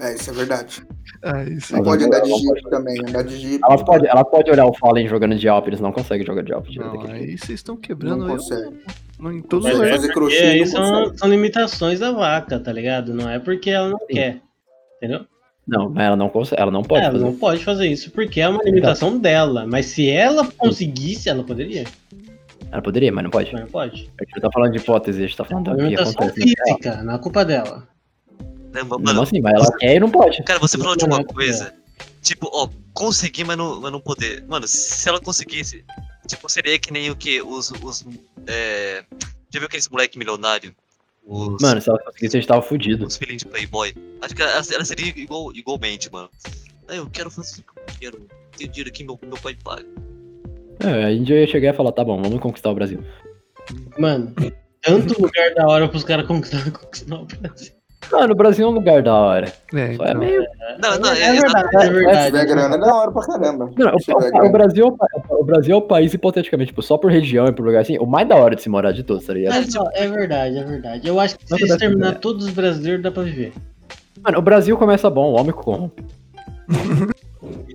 Speaker 3: É, isso é verdade.
Speaker 4: aí
Speaker 2: Mas
Speaker 4: sim.
Speaker 2: é
Speaker 3: Não pode
Speaker 2: eu-
Speaker 3: andar de
Speaker 2: eu-
Speaker 3: jeep também, andar de jeep.
Speaker 2: Elas podem ela pode olhar o Fallen jogando de Alp, eles não conseguem jogar de Alp. direito
Speaker 4: Não,
Speaker 2: daquele jeito.
Speaker 4: aí vocês estão quebrando
Speaker 3: Não
Speaker 4: eu-
Speaker 3: consegue.
Speaker 4: não, em todos
Speaker 5: Mas
Speaker 4: os
Speaker 5: é,
Speaker 4: lugares.
Speaker 3: fazer
Speaker 5: porque
Speaker 3: crochê,
Speaker 5: aí
Speaker 3: não
Speaker 5: são,
Speaker 3: consegue.
Speaker 5: são limitações da vaca, tá ligado? Não é porque ela não quer. Entendeu?
Speaker 2: Não, mas ela não consegue, ela não pode
Speaker 5: É, ela
Speaker 2: fazer.
Speaker 5: não pode fazer isso porque é uma limitação dela. Mas se ela conseguisse, ela poderia.
Speaker 2: Ela poderia, mas não pode.
Speaker 5: Mas não pode.
Speaker 2: A gente não tá falando de hipótese, a gente tá falando
Speaker 5: É uma
Speaker 2: do que
Speaker 5: limitação
Speaker 2: acontece. né?
Speaker 5: física, não é culpa dela.
Speaker 6: Não, mano,
Speaker 2: Não assim, mas ela quer e não pode.
Speaker 6: Cara, você falou de uma
Speaker 5: Caraca,
Speaker 6: coisa. Tipo, ó, conseguir, mas não, mas não poder. Mano, se ela conseguisse, tipo, seria que nem o que? Os. os é... Já viu aqueles moleque milionário? Os,
Speaker 2: Mano, se ela conseguisse, a gente tava fudido.
Speaker 6: os filhinhos de Playboy. Acho que ela, ela seria igual, igualmente, mano. Ah, eu quero fazer o que eu quero. Tenho dinheiro aqui, meu, meu pai paga.
Speaker 2: É, a Índia ia chegar e falar, tá bom, vamos conquistar o Brasil.
Speaker 5: Mano, tanto lugar da hora pros caras conquistar, conquistar o Brasil.
Speaker 2: Mano, o Brasil é um lugar da hora.
Speaker 4: É,
Speaker 2: Só é
Speaker 4: então.
Speaker 2: meio...
Speaker 6: Não, não, é,
Speaker 5: é verdade, é
Speaker 3: Se
Speaker 5: verdade.
Speaker 3: tiver grana, é da hora pra caramba.
Speaker 2: Não, o,
Speaker 3: Se tiver
Speaker 2: o- o Brasil, é o pa- o Brasil é o país, hipoteticamente, tipo, só por região e por lugar assim, o mais da hora de se morar de todos, tá ligado?
Speaker 5: Mas, ó, é verdade, é verdade. Eu acho que se
Speaker 2: Mas
Speaker 5: eles
Speaker 2: dá pra
Speaker 5: terminar
Speaker 2: viver.
Speaker 5: todos os brasileiros, dá pra viver.
Speaker 6: É.
Speaker 2: Mano, o Brasil começa bom, o homem corrompe.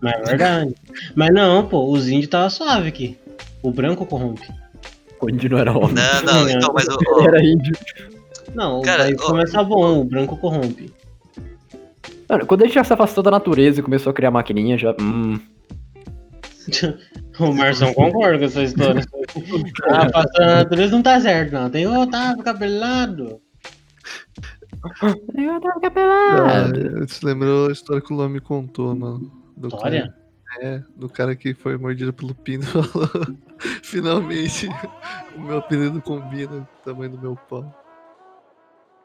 Speaker 5: Mas é verdade. Mas não, pô, os índios tava suave aqui. O branco corrompe.
Speaker 2: O índio não era homem.
Speaker 6: Não, não, então, mas ó,
Speaker 2: Ele
Speaker 6: ó,
Speaker 2: era índio.
Speaker 5: Não,
Speaker 6: Cara,
Speaker 5: daí
Speaker 6: ó.
Speaker 5: começa bom, o branco corrompe.
Speaker 2: Mano, quando a gente já se afastou da natureza e começou a criar maquininha, já. Hum.
Speaker 5: O Marção concorda com essa história. Ah, passando a natureza não tá certo, não. Tem o Otávio cabelado.
Speaker 4: Ah, Você lembrou a história que o Lô me contou, mano? Do
Speaker 5: História?
Speaker 4: Cara, é, do cara que foi mordido pelo pino e falou: Finalmente, o meu apelido combina com o tamanho do meu pau.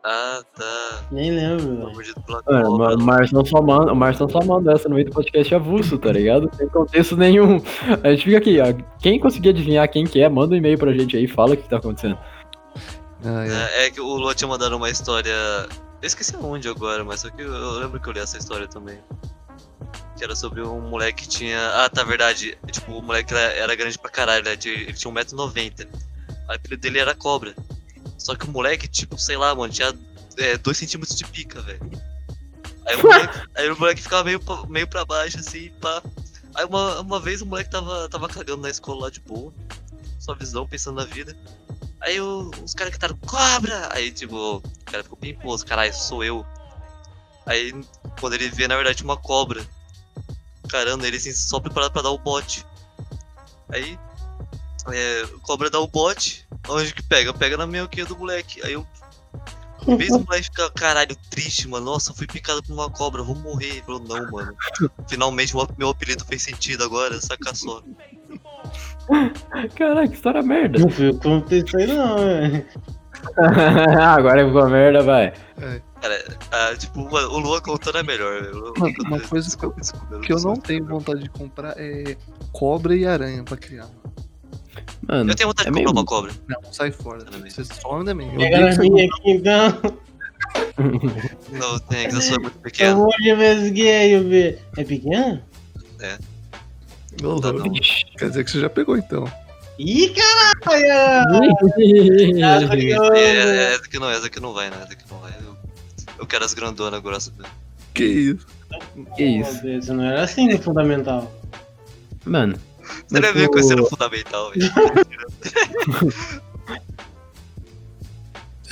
Speaker 6: Ah, tá.
Speaker 5: Nem lembro, velho.
Speaker 6: Mordido pela
Speaker 2: Mano,
Speaker 6: cobra.
Speaker 2: o Marcio só manda, o Marcio só manda essa no meio do podcast avulso, tá ligado? Sem contexto nenhum. A gente fica aqui, ó. Quem conseguir adivinhar quem que é, manda um e-mail pra gente aí, fala o que tá acontecendo.
Speaker 4: Ah, é.
Speaker 6: É, é que o Lua tinha mandado uma história. Eu esqueci aonde agora, mas só que eu, eu lembro que eu li essa história também. Que era sobre um moleque que tinha. Ah, tá, verdade. Tipo, o moleque era, era grande pra caralho, né? Tinha- ele tinha 1,90m. O apelido dele era cobra. Só que o moleque, tipo, sei lá, mano, tinha 2 centímetros de pica, velho. Aí o moleque, aí o moleque ficava meio, pra- meio pra baixo, assim, pá. Aí uma, uma vez o moleque tava, tava cagando na escola lá de boa, só visão, pensando na vida. Aí o- os caras que estavam, cobra! Aí, tipo, o cara ficou bem pô, caralho, sou eu. Aí, quando ele vê, na verdade, uma cobra. Caramba, ele assim, só preparado pra dar o bote. Aí, é, o cobra dá o bote, onde que pega? Pega na minhoquinha do moleque. Aí, eu, em vez do moleque ficar, caralho, triste, mano, nossa, fui picado por uma cobra, vou morrer. Ele falou, não, mano, finalmente meu meu apelido fez sentido agora, saca só.
Speaker 2: Caraca, que história merda.
Speaker 5: Não foi o que aconteceu aí, não, né? velho.
Speaker 2: Agora ficou a merda, vai.
Speaker 6: Ah, tipo, mano, o Lua contando é melhor, velho.
Speaker 4: Mano, uma coisa que eu-
Speaker 6: desculpa,
Speaker 4: que eu não
Speaker 6: sou-
Speaker 4: tenho vontade de comprar é cobra e aranha pra criar. mano.
Speaker 2: Mano,
Speaker 6: Eu tenho vontade
Speaker 2: É
Speaker 6: de
Speaker 2: meio-
Speaker 6: comprar uma cobra.
Speaker 4: Não, sai fora.
Speaker 6: Também.
Speaker 4: Você some da mim. Eu
Speaker 5: Pega
Speaker 4: odeio
Speaker 5: na
Speaker 4: que você-
Speaker 5: minha aqui, então.
Speaker 6: Não, tem que a sua é muito
Speaker 5: Eu
Speaker 6: pequena.
Speaker 5: vou de vez gay, eu vi. É pequeno?
Speaker 4: Ô,
Speaker 6: Tá,
Speaker 4: louco.
Speaker 6: não.
Speaker 4: Quer dizer que você já pegou então.
Speaker 5: Ih, caralho! Ah,
Speaker 2: Ih,
Speaker 5: curioso.
Speaker 6: É, é, é, essa que não, essa que não vai, né? Essa que não vai. Eu, eu quero as grandonas grossas. né?
Speaker 4: Que isso?
Speaker 2: que
Speaker 6: é
Speaker 2: isso?
Speaker 5: Isso não era assim no fundamental.
Speaker 2: Mano, tipo,
Speaker 6: Você deve ver que esse era o fundamental, velho.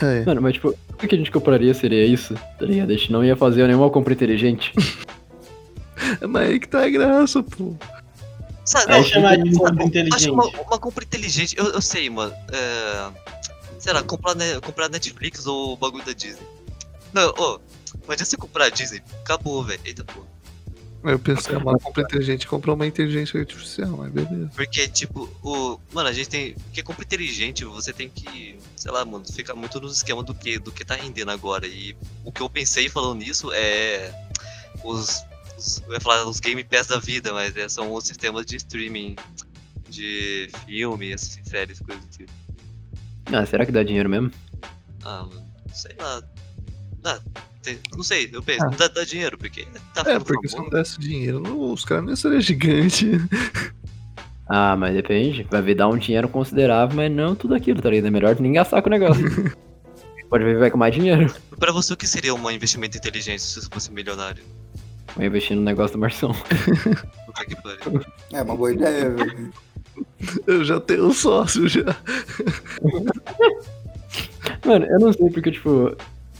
Speaker 6: um
Speaker 4: É.
Speaker 2: Mano, mas tipo, tudo que a gente compraria seria isso, tá ligado? A gente não ia fazer nenhuma compra inteligente.
Speaker 4: Mas aí que tá a graça, pô.
Speaker 6: Sabe,
Speaker 5: Vai
Speaker 6: não,
Speaker 5: chamar de fundo
Speaker 6: acho que
Speaker 5: inteligente.
Speaker 6: uma, uma compra inteligente, eu, eu sei, mano. É, sei lá, comprar, ne- comprar Netflix ou o bagulho da Disney. Não, ô, mas se você comprar a Disney, acabou, velho. Eita porra.
Speaker 4: Eu pensei, uma compra inteligente, comprar uma inteligência artificial, mas beleza.
Speaker 6: Porque, tipo, o. Mano, a gente tem. Porque é compra inteligente, você tem que. Sei lá, mano, ficar muito nos esquemas do que, do que tá rendendo agora. E o que eu pensei falando nisso é. Os. os- eu ia falar os Game Pass da vida, mas é, são os sistemas de streaming de filme, essas séries, coisas do tipo.
Speaker 2: Ah, será que dá dinheiro mesmo?
Speaker 6: Ah, mano, sei lá. Ah, tem- não sei, eu penso, não dá, dá dinheiro, porque
Speaker 4: Ah. É,
Speaker 6: tá ficando
Speaker 4: porque se não
Speaker 6: famoso.
Speaker 4: desse dinheiro, não- os caras nem seriam gigantes.
Speaker 2: Ah, mas depende. Vai vir dar um dinheiro considerável, mas não tudo aquilo, tá ligado? É melhor nem gastar com o negócio. Pode viver com mais dinheiro.
Speaker 6: Pra você, o que seria um investimento inteligente se você fosse milionário?
Speaker 2: Vai investir no negócio do Marção.
Speaker 6: Puta que pariu.
Speaker 3: É uma boa ideia, velho.
Speaker 4: Eu já tenho um sócio já.
Speaker 2: Mano, eu não sei porque, tipo,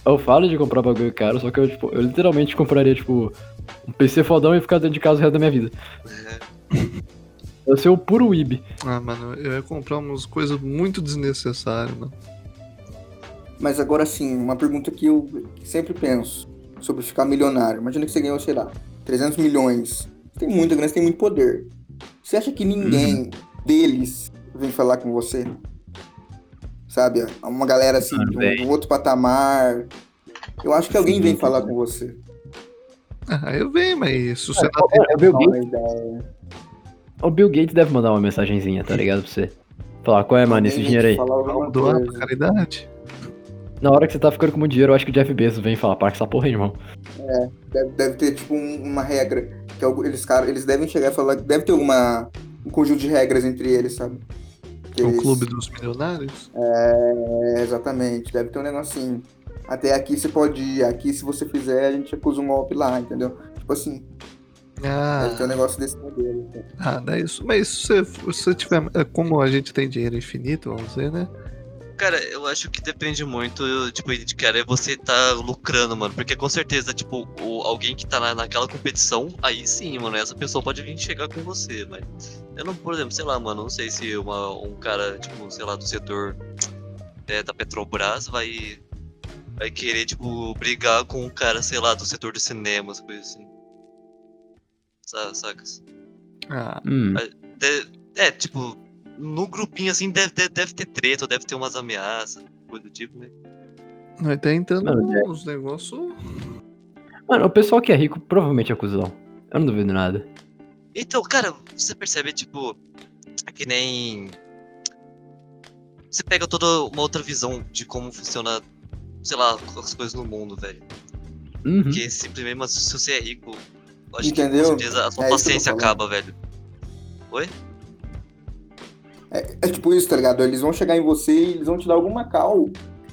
Speaker 2: eu falo de comprar bagulho caro, só que eu, tipo, eu literalmente compraria, tipo, um PC fodão e ficar dentro de casa o resto da minha vida.
Speaker 6: É.
Speaker 2: Eu sou o puro Weeb.
Speaker 4: Ah, mano, eu ia comprar umas coisas muito desnecessárias, mano.
Speaker 3: Mas agora sim, uma pergunta que eu sempre penso sobre ficar milionário. Imagina que você ganhou, sei lá, 300 milhões. Tem muita grana, você tem muito poder. Você acha que
Speaker 2: Uhum.
Speaker 3: ninguém deles vem falar com você? Sabe? Uma galera assim,
Speaker 2: Ah,
Speaker 3: de um,
Speaker 2: vem.
Speaker 3: de um outro patamar. Eu acho que alguém
Speaker 2: Sim,
Speaker 3: vem
Speaker 2: tem
Speaker 3: falar com você.
Speaker 4: Ah, eu venho, mas isso você tá
Speaker 2: Ó, ó, o, Bill Gates,
Speaker 3: Uma ideia.
Speaker 2: o Bill Gates deve mandar uma mensagenzinha, tá ligado? Pra você. Falar, qual é, mano, esse
Speaker 3: Tem
Speaker 2: dinheiro
Speaker 3: que
Speaker 2: aí?
Speaker 3: falar alguma
Speaker 4: doar
Speaker 3: coisa.
Speaker 4: pra caridade?
Speaker 2: Na hora que você tá ficando com muito dinheiro, eu acho que o Jeff Bezos vem falar, para com essa porra aí, irmão.
Speaker 3: Deve, deve ter, tipo, um- uma regra. Que algu- eles, cara, eles devem chegar e falar. Deve ter alguma. Um conjunto de regras entre eles, sabe? Que
Speaker 4: O
Speaker 2: Um
Speaker 3: eles-
Speaker 4: É um clube dos milionários?
Speaker 3: É, exatamente. Deve ter um negocinho. Até aqui você pode ir. Aqui, se você fizer, a gente acusa um golpe lá, entendeu? Tipo assim, deve ter um
Speaker 4: Ah,
Speaker 3: negócio desse modelo. então.
Speaker 4: ah dá isso. Mas se você, se você tiver. é, Como a gente tem dinheiro infinito, vamos dizer, né?
Speaker 6: Cara, eu acho que depende muito, tipo, de cara, é você tá lucrando, mano. Porque com certeza, tipo, o, alguém que tá na, naquela competição, aí sim, mano, essa pessoa pode vir chegar com você, mas. Eu não, por exemplo, sei lá, mano, não sei se uma, um cara, tipo, sei lá, do setor né, da Petrobras vai. Vai querer, tipo, brigar com um cara, sei lá, do setor de cinemas, coisa assim. Sa- Sacas?
Speaker 4: Ah,
Speaker 2: Hum.
Speaker 6: De- é, tipo, no grupinho assim deve, deve, deve ter treta, ou deve ter umas ameaças, coisa do tipo, né?
Speaker 4: mas tá entrando
Speaker 2: Mano,
Speaker 3: é.
Speaker 4: uns negócios.
Speaker 2: Mano, o pessoal que é rico provavelmente é cuzão. Eu não duvido nada.
Speaker 6: Então, cara, você percebe, tipo, é que nem. Você pega toda uma outra visão de como funciona, sei lá, as coisas no mundo, velho.
Speaker 2: Uhum.
Speaker 6: Porque simplesmente, mas se você é rico, eu acho que
Speaker 3: Entendeu?
Speaker 6: com certeza a sua
Speaker 3: É isso que eu tô
Speaker 6: paciência
Speaker 3: falando.
Speaker 6: acaba, velho.
Speaker 3: É tipo isso, tá ligado? Eles vão chegar em você e eles vão te dar alguma cal.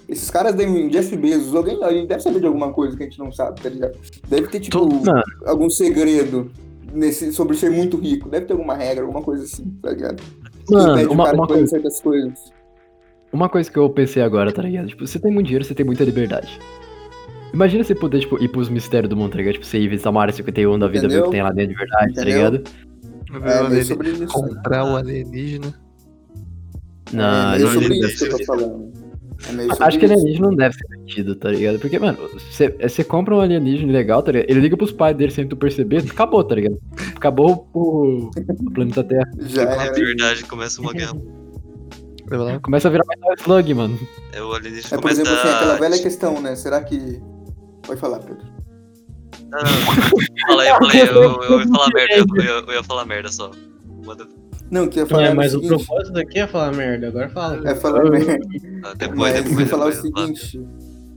Speaker 3: Esses caras devem. Jeff Bezos, alguém, alguém deve saber de alguma coisa que a gente não sabe, tá ligado? Deve ter, tipo,
Speaker 4: Todo-
Speaker 2: Mano,
Speaker 3: algum segredo nesse, sobre ser muito rico. Deve ter alguma regra, alguma coisa assim, tá ligado? Impede
Speaker 2: mano
Speaker 3: o
Speaker 2: uma,
Speaker 3: cara de
Speaker 2: uma,
Speaker 3: fazer
Speaker 2: coisa,
Speaker 3: certas coisas.
Speaker 2: uma coisa que eu pensei agora, tá ligado? Tipo, você tem muito dinheiro, você tem muita liberdade. Imagina você poder, tipo, ir pros mistérios do mundo, tá ligado? Tipo, você ir visitar uma área 51 da vida, ver o
Speaker 3: Entendeu?
Speaker 2: que tem lá dentro de verdade, tá
Speaker 3: Entendeu?
Speaker 2: ligado?
Speaker 3: É, meio sobre isso.
Speaker 4: Comprar o alienígena.
Speaker 2: Não,
Speaker 3: é
Speaker 2: não,
Speaker 3: meio sobre
Speaker 2: não
Speaker 3: isso que eu tô falando. É meio sobre
Speaker 2: Acho que
Speaker 3: isso.
Speaker 2: alienígena não deve ser vendido, tá ligado? Porque, mano, você você compra um alienígena legal, tá ligado? Ele liga pros pais dele sem tu perceber, acabou, tá ligado? Acabou o, o planeta Terra.
Speaker 3: Já é.
Speaker 6: Na
Speaker 3: era.
Speaker 6: verdade, começa uma guerra.
Speaker 4: Vai lá.
Speaker 2: Começa a virar mais um slug, mano.
Speaker 6: É o alienígena
Speaker 3: É, por
Speaker 6: começa
Speaker 3: exemplo, assim, aquela
Speaker 6: a-
Speaker 3: velha questão, né? Será que. Pode falar, Pedro.
Speaker 6: Não, não. Ah, Fala aí, fala aí, eu, eu, eu ia falar merda, eu, eu- eu ia falar merda só. Manda- ah,
Speaker 3: Não, que eu ia falar.
Speaker 5: É,
Speaker 3: o
Speaker 5: mas o
Speaker 3: seguinte,
Speaker 5: propósito daqui é falar merda, agora fala.
Speaker 3: É falar merda.
Speaker 6: ah, Depois,
Speaker 3: Mas eu vou
Speaker 6: depois,
Speaker 3: falar o
Speaker 6: depois, depois.
Speaker 3: seguinte.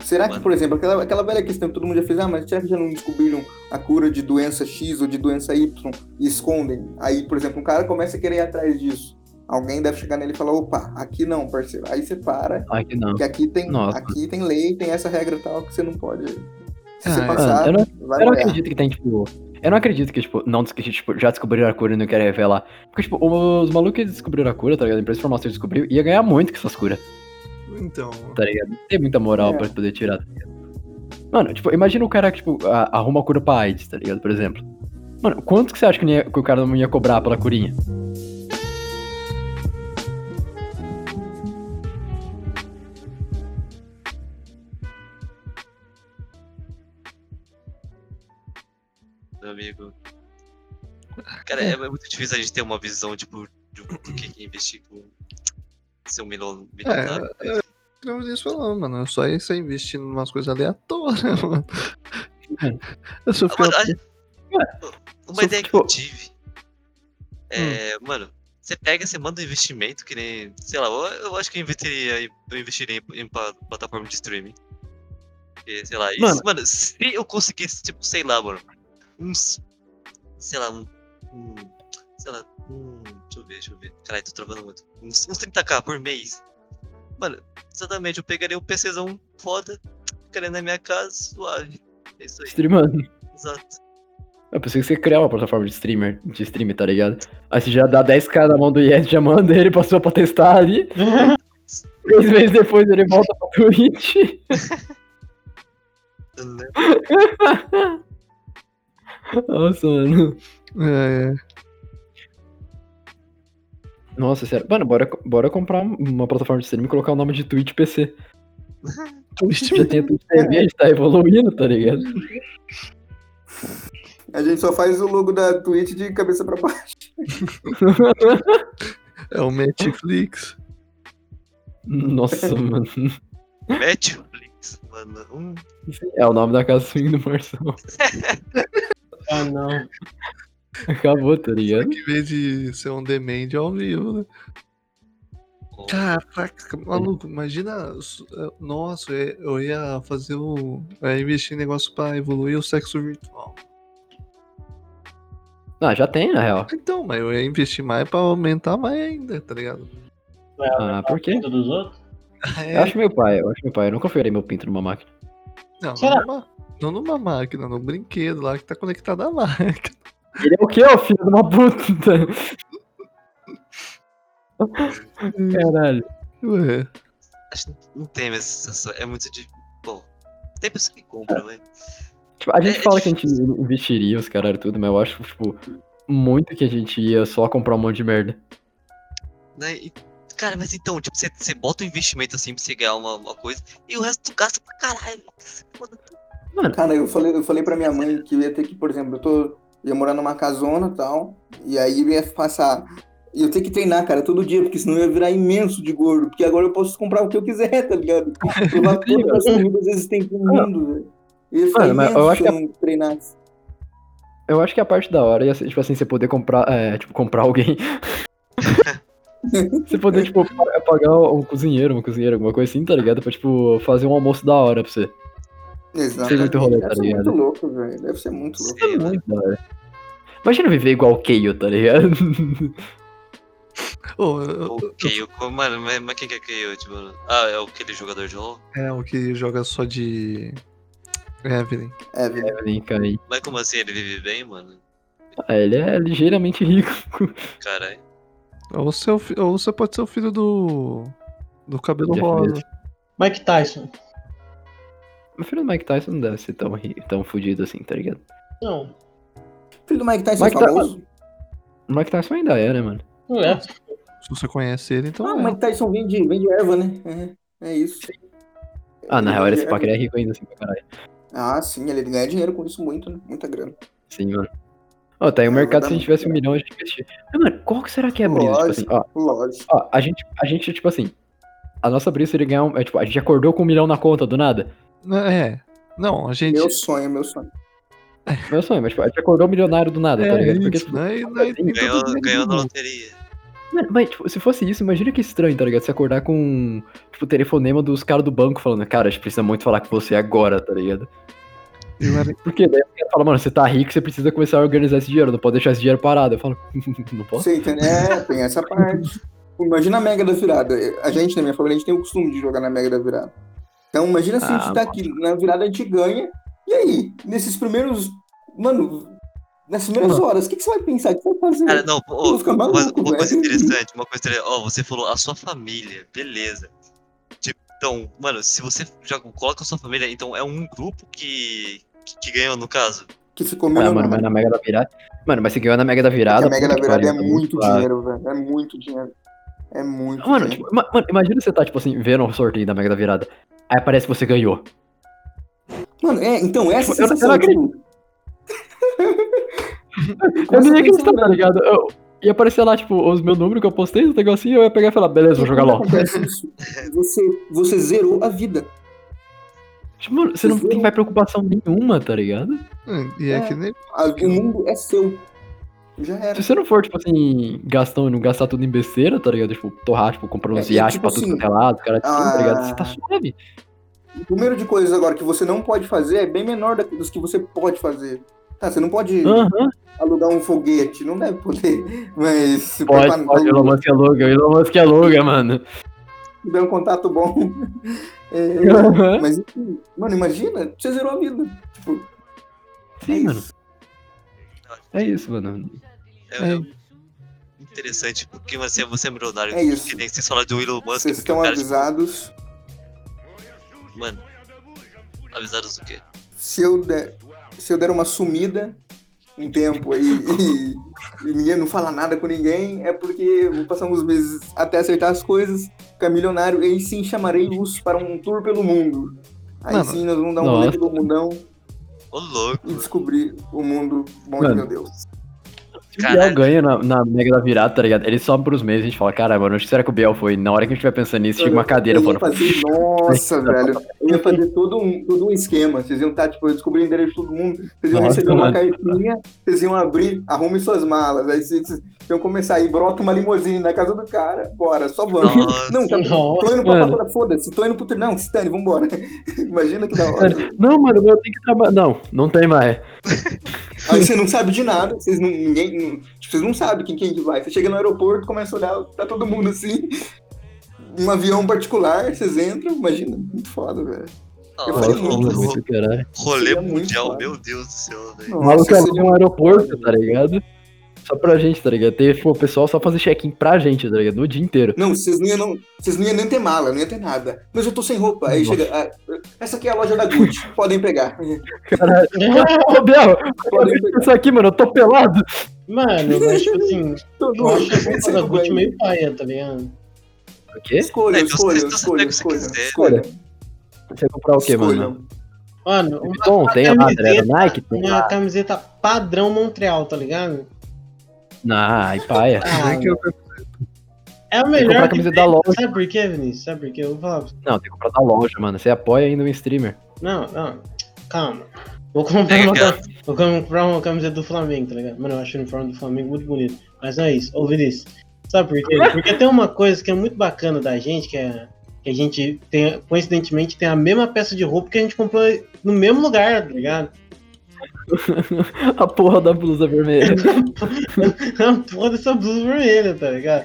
Speaker 3: Será que, por exemplo, aquela, aquela velha questão que todo mundo já fez, ah, mas será que já não descobriram a cura de doença X ou de doença Y e escondem? Aí, por exemplo, um cara começa a querer ir atrás disso. Alguém deve chegar nele e falar, opa, aqui não, parceiro. Aí você para,
Speaker 2: Ai, que não.
Speaker 3: porque aqui tem,
Speaker 2: Nossa.
Speaker 3: aqui tem lei, tem essa regra tal que você não pode. Se
Speaker 4: Ah,
Speaker 3: você
Speaker 2: Mano,
Speaker 3: passar,
Speaker 2: eu não,
Speaker 3: vai
Speaker 2: eu não
Speaker 3: olhar.
Speaker 2: acredito que tem, tipo. Eu não acredito que, tipo, não, des- que, tipo, já descobriram a cura e não querem revelar. Porque, tipo, os malucos que descobriram a cura, tá ligado? A empresa de farmácia descobriu, ia ganhar muito com essas curas,
Speaker 4: Então.
Speaker 2: tá ligado? Não tem muita moral
Speaker 3: É.
Speaker 2: pra poder tirar, tá ligado? Mano, tipo, imagina o cara que, tipo, a- arruma a cura pra AIDS, tá ligado? Por exemplo. Mano, quanto que você acha que, nem- que o cara não ia cobrar pela curinha?
Speaker 6: meu amigo. Cara, é, é muito difícil a gente ter uma visão, tipo, do, do que, que investir com ser um milionário.
Speaker 4: É, é, não isso não, mano. É só isso aí, investindo em umas coisas aleatórias, mano. Eu sou
Speaker 6: Ah, mano,
Speaker 4: fiel-
Speaker 6: a- uma
Speaker 2: só
Speaker 6: ideia
Speaker 2: que,
Speaker 6: que eu
Speaker 2: tipo-
Speaker 6: tive. É, mano, você pega, você manda um investimento, que nem. Sei lá, eu, eu acho que eu investiria, em- eu investiria em, em pa- plataforma de streaming. Porque, sei lá, isso-
Speaker 2: Mano.
Speaker 6: mano, se eu conseguisse, tipo, sei lá, mano, uns. Sei lá, um. um sei lá, um. Deixa eu ver, deixa eu ver. Caralho, tô travando muito. Uns, uns 30k por mês. Mano, exatamente, eu pegaria um PCzão foda, ficaria na minha casa, suave. É isso aí,
Speaker 2: Streamando.
Speaker 6: exato.
Speaker 2: Eu pensei que você ia criar uma plataforma de streamer, de streamer, tá ligado? Aí você já dá 10k na mão do IES, já manda ele pra sua pra testar ali. Três meses depois ele volta pra Twitch.
Speaker 6: Né?
Speaker 2: Nossa, mano.
Speaker 4: É, é.
Speaker 2: Nossa, sério. Mano, bora, bora comprar uma plataforma de streaming e colocar o nome de Twitch PC. Já tem a Twitch TV, a gente tá evoluindo, tá ligado?
Speaker 3: A gente só faz o logo da Twitch de cabeça pra baixo.
Speaker 4: É o Netflix.
Speaker 2: Nossa, mano.
Speaker 6: Netflix. Putz, mano. Hum.
Speaker 2: É o nome da casa swing do Marcelo.
Speaker 5: Ah, não.
Speaker 2: Acabou, tá ligado?
Speaker 4: Em vez de ser on demand é ao vivo, né?
Speaker 6: Bom,
Speaker 4: Caraca, maluco, imagina. s- eh, Nossa, eh, eu ia fazer o. Eu ia investir em negócio pra evoluir o sexo virtual.
Speaker 2: Ah, já tem, na real.
Speaker 4: Então, mas eu ia investir mais pra aumentar mais ainda, tá ligado?
Speaker 2: Ah, por quê?
Speaker 5: Pinto dos outros?
Speaker 4: É.
Speaker 2: Eu acho meu pai, eu acho meu pai. Eu nunca enfiarei meu pinto numa máquina.
Speaker 4: não,
Speaker 5: será?
Speaker 4: numa, não numa máquina, num brinquedo lá que tá conectado à máquina.
Speaker 2: Ele é o quê, ô filho de uma puta? Caralho.
Speaker 4: Ué,
Speaker 6: acho que não tem mas sensação. É muito de. Bom, tem pessoa que compra, né?
Speaker 2: Tipo, a gente fala que a gente investiria os caras tudo, mas eu acho, tipo, muito que a gente ia só comprar um monte de merda.
Speaker 6: né? E, cara, mas então, tipo, você- você bota um investimento assim pra você ganhar uma, uma coisa e o resto tu gasta pra caralho. Foda.
Speaker 3: Cara, eu falei, eu falei pra minha mãe que eu ia ter que, por exemplo, eu tô, ia morar numa casona e tal, e aí eu ia passar. e Eu tenho que treinar, cara, todo dia, porque senão eu ia virar imenso de gordo. Porque agora eu posso comprar o que eu quiser, tá ligado? Provar todas as comidas existentes no mundo, velho. Eu ia ficar
Speaker 2: Mano, mas eu
Speaker 3: imenso
Speaker 2: acho é
Speaker 3: se eu não treinasse.
Speaker 2: Eu acho que a parte da hora ia ser, tipo assim, você poder comprar, é, tipo, comprar alguém. você poder, tipo, pa- pagar um cozinheiro, uma cozinheira, alguma coisa assim, tá ligado? Pra, tipo, fazer um almoço da hora pra você.
Speaker 3: Exato.
Speaker 2: muito rolê, tá
Speaker 3: Deve ser
Speaker 2: ligado?
Speaker 3: muito louco, velho. Deve ser muito louco.
Speaker 6: Sei, mano.
Speaker 2: Muito da hora. Imagina viver igual o Keio, tá ligado?
Speaker 4: ô, eu-
Speaker 6: O Keio, como- mano, mas, mas quem que é Keio? Tipo, ah, é aquele jogador de LOL?
Speaker 4: é o que joga só de. Evelyn.
Speaker 3: É, velho.
Speaker 2: Vem cá aí.
Speaker 6: Mas como assim ele vive bem, mano?
Speaker 2: Ah, ele é ligeiramente rico.
Speaker 6: Caralho.
Speaker 4: Ou você, é o fi- ou você pode ser o filho do. Do cabelo
Speaker 2: Jeff
Speaker 4: rosa.
Speaker 2: Bezos.
Speaker 5: Mike Tyson.
Speaker 2: O filho do Mike Tyson não deve ser tão, ri- tão fudido assim, tá ligado?
Speaker 5: Não.
Speaker 3: Filho do Mike Tyson é
Speaker 2: Mike Ty-
Speaker 3: famoso?
Speaker 2: O Mike Tyson ainda é, né, mano?
Speaker 5: Não é.
Speaker 4: Se você conhece ele, então.
Speaker 3: Ah,
Speaker 4: é.
Speaker 3: o Mike Tyson vende, vende erva, né? Uhum. É isso.
Speaker 2: Ah, na
Speaker 3: Ele
Speaker 2: real,
Speaker 3: vende
Speaker 2: esse
Speaker 3: erva.
Speaker 2: packer é rico ainda, assim, pra caralho.
Speaker 3: Ah, sim, ele ganha dinheiro com isso muito, né? Muita grana.
Speaker 2: Sim, mano. Ó, tá aí o
Speaker 3: É,
Speaker 2: mercado, se a
Speaker 3: exatamente.
Speaker 2: gente tivesse um milhão, a gente investia. Mas, mano, qual que será que é a brisa? Tipo
Speaker 3: Lógico.
Speaker 2: assim, ó,
Speaker 3: Lógico.
Speaker 2: Ó, a gente, a gente, tipo assim, a nossa brisa seria ganhar um. É, tipo, a gente acordou com um milhão na conta do nada.
Speaker 4: Não, É. Não, a gente.
Speaker 3: Meu sonho, meu sonho.
Speaker 2: Meu sonho, mas tipo, a gente acordou milionário do nada, tá
Speaker 4: É,
Speaker 2: ligado? Porque,
Speaker 4: isso,
Speaker 2: tipo,
Speaker 4: né? E- né, e tem
Speaker 6: Ganhou,
Speaker 4: todo mundo.
Speaker 6: ganhou na loteria.
Speaker 2: mano, mas, tipo, se fosse isso, imagina que estranho, tá ligado? Se acordar com, tipo, o telefonema dos caras do banco falando, cara, a gente precisa muito falar com você agora, tá ligado?
Speaker 4: Eu era-
Speaker 2: Porque daí os caras falam, mano, você tá rico, você precisa começar a organizar esse dinheiro, não pode deixar esse dinheiro parado. Eu falo, não posso?
Speaker 3: Você entende? É, tem essa parte. Imagina a Mega da Virada. A gente, na minha família, a gente tem o costume de jogar na Mega da Virada. Então, imagina se a
Speaker 2: Ah,
Speaker 3: gente tá aqui na virada, a gente ganha. E aí, nesses primeiros. Mano, nas primeiras horas, o que, que você vai pensar? O que você vai fazer?
Speaker 6: Cara, não,
Speaker 3: Eu
Speaker 6: ô,
Speaker 3: vou ficar
Speaker 6: uma,
Speaker 3: maluco,
Speaker 6: uma coisa
Speaker 3: velho.
Speaker 6: interessante, uma coisa interessante. Ó, você falou a sua família, beleza. Tipo, então, mano, se você já coloca a sua família, então é um grupo que, que, que ganhou, no caso.
Speaker 3: que ficou
Speaker 2: Ah,
Speaker 3: milionário.
Speaker 2: mano, mas na Mega da Virada. Mano, mas você ganhou na Mega da Virada.
Speaker 3: Porque né? a Mega da
Speaker 2: puta que
Speaker 3: Virada é
Speaker 2: pariu, tá
Speaker 3: muito
Speaker 2: claro.
Speaker 3: dinheiro, velho. É muito dinheiro. É muito
Speaker 2: Mano,
Speaker 3: dinheiro.
Speaker 2: tipo, ma- mano, imagina você tá, tipo assim, vendo o sorteio da Mega da Virada. Aí aparece que você ganhou.
Speaker 3: Mano, é, então essa
Speaker 2: Tipo, eu não- eu
Speaker 3: sensação.
Speaker 2: não
Speaker 3: tipo,
Speaker 2: Eu nem ia acreditar, tá ligado? Eu- ia aparecer lá, tipo, os meu número que eu postei, os negocinho, eu ia pegar e falar, beleza, vou jogar
Speaker 3: quando
Speaker 2: LOL.
Speaker 3: acontece isso, Você, você zerou a vida.
Speaker 2: Tipo, mano, você não tem mais preocupação nenhuma, tá ligado?
Speaker 4: Hum, E é,
Speaker 3: É.
Speaker 4: que nem.
Speaker 3: A- O mundo é seu. Já era.
Speaker 2: Se você não for, tipo assim, gastão e não gastar tudo em besteira, tá ligado? Tipo, torrar, tipo, comprar
Speaker 3: É,
Speaker 2: uns
Speaker 3: é
Speaker 2: iates
Speaker 3: tipo
Speaker 2: pra tudo
Speaker 3: assim,
Speaker 2: quanto é lado, cara, tipo, tá
Speaker 3: ah,
Speaker 2: ligado? Você tá suave.
Speaker 3: O número de coisas agora que você não pode fazer é bem menor da- dos que você pode fazer. Tá, você não pode
Speaker 2: Aham,
Speaker 3: alugar um foguete, não deve poder, mas se um botar
Speaker 2: pode,
Speaker 3: no-
Speaker 2: pode, o Elon Musk aluga, o Elon Musk aluga, mano.
Speaker 3: se der um contato bom. É,
Speaker 2: Aham.
Speaker 3: mas, enfim, mano, imagina, você zerou a vida. Tipo, é
Speaker 2: Sim, mano,
Speaker 3: isso.
Speaker 2: é isso, mano.
Speaker 6: É,
Speaker 4: É.
Speaker 6: é interessante, porque você, você é milionário.
Speaker 3: É isso.
Speaker 6: Que nem vocês falaram do Elon Musk,
Speaker 3: Vocês
Speaker 6: porque o
Speaker 3: estão
Speaker 6: cara, tipo,
Speaker 3: avisados.
Speaker 6: mano. Avisados do quê?
Speaker 3: se eu der, se eu der uma sumida um tempo aí e, e ninguém não falar nada com ninguém, é porque eu vou passar uns meses até acertar as coisas, ficar milionário, e aí sim chamarei os para um tour pelo mundo. Aí
Speaker 4: Mano,
Speaker 3: sim nós vamos dar um
Speaker 2: nossa.
Speaker 3: rolê pelo mundão
Speaker 6: Ô louco.
Speaker 3: e descobrir o mundo bom de
Speaker 2: Mano.
Speaker 3: meu Deus.
Speaker 2: Se o Biel
Speaker 6: Caralho.
Speaker 2: ganha na, na mega da virada, tá ligado? Ele sobe pros meios e a gente fala, cara, mano, onde será que o Biel foi? Na hora que a gente vai pensando nisso, chega uma cadeira,
Speaker 3: Eu ia
Speaker 2: mano.
Speaker 3: fazer, nossa, velho. Eu ia fazer todo um, todo um esquema. Vocês iam estar, tipo, eu descobri o endereço de todo mundo. Vocês iam
Speaker 2: Nossa,
Speaker 3: receber uma
Speaker 2: mano.
Speaker 3: caixinha, vocês iam abrir, arrume suas malas. Aí vocês vocês iam começar aí, brota uma limusine na casa do cara. Bora, só vamos.
Speaker 6: Nossa.
Speaker 3: Não, tá,
Speaker 5: Nossa,
Speaker 3: tô indo pra
Speaker 2: mano.
Speaker 3: fatura, foda-se. Tô indo pro tri- Não, Stane, vambora. Imagina que da hora.
Speaker 2: Não, mano, eu tenho que trabalhar. Não, não tem mais.
Speaker 3: Aí você não sabe de nada, vocês não, ninguém, não- tipo, vocês não sabem quem, quem que vai. Você chega no aeroporto, começa a olhar pra todo mundo assim. Um avião particular, vocês entram, imagina, muito foda, velho.
Speaker 6: Não,
Speaker 3: Eu
Speaker 6: mas
Speaker 3: falei
Speaker 6: o-
Speaker 3: muito,
Speaker 6: o-
Speaker 2: Muito, caralho.
Speaker 6: o Rolê
Speaker 3: Seria muito
Speaker 6: mundial,
Speaker 3: foda.
Speaker 6: meu Deus do céu, velho.
Speaker 2: O maluco
Speaker 3: Nossa,
Speaker 2: abriu
Speaker 3: seria
Speaker 2: um aeroporto, tá ligado? Só pra gente, tá ligado? Teve pô, o pessoal só fazer check-in pra gente, tá ligado? No dia inteiro.
Speaker 3: Não, vocês não, iam, não, vocês não iam nem ter mala, não ia ter nada. Mas eu tô sem roupa. Aí
Speaker 2: Nossa.
Speaker 3: chega. ah, essa aqui é a loja da Gucci. podem pegar.
Speaker 2: Caralho. Ô, Biel,
Speaker 3: Podem pegar.
Speaker 2: isso aqui, mano, eu tô pelado.
Speaker 5: Mano, eu acho assim,
Speaker 3: Todo
Speaker 5: eu acho
Speaker 3: mundo.
Speaker 5: a roupa da
Speaker 3: Tudo
Speaker 5: Gucci
Speaker 3: bem.
Speaker 5: meio paia, tá ligado?
Speaker 2: O quê?
Speaker 3: Escolha,
Speaker 6: É, então
Speaker 3: escolha,
Speaker 6: você-
Speaker 3: escolha,
Speaker 6: você pega o que
Speaker 3: escolha.
Speaker 6: você quiser.
Speaker 3: Escolha.
Speaker 2: Você ia comprar o quê, mano?
Speaker 3: Escolham.
Speaker 5: Mano, uma,
Speaker 2: Tom, tem a
Speaker 5: camiseta,
Speaker 2: Adrena Nike? tá Tem
Speaker 5: uma camiseta padrão Montreal, tá ligado?
Speaker 2: Ai, paia.
Speaker 5: Ah,
Speaker 4: que eu-
Speaker 5: é o
Speaker 2: Tem que comprar a
Speaker 5: melhor. que
Speaker 2: camisa
Speaker 5: tem.
Speaker 2: da loja.
Speaker 5: Sabe por quê, Vinícius? Sabe por quê? Eu vou falar pra você.
Speaker 2: Não, tem que comprar da loja, mano. Você apoia ainda um streamer.
Speaker 5: Não, não, calma. Vou comprar,
Speaker 6: Pega
Speaker 5: uma,
Speaker 6: aquela.
Speaker 5: cam- vou comprar uma um camiseta do Flamengo, tá ligado? Mano, eu acho o uniforme do Flamengo muito bonito. Mas não é isso. Ô, Vinícius, sabe por quê? Porque tem uma coisa que é muito bacana da gente, que é que a gente tem, coincidentemente, tem a mesma peça de roupa que a gente comprou no mesmo lugar, tá ligado?
Speaker 2: A porra da blusa vermelha.
Speaker 5: Porra dessa blusa vermelha, tá ligado?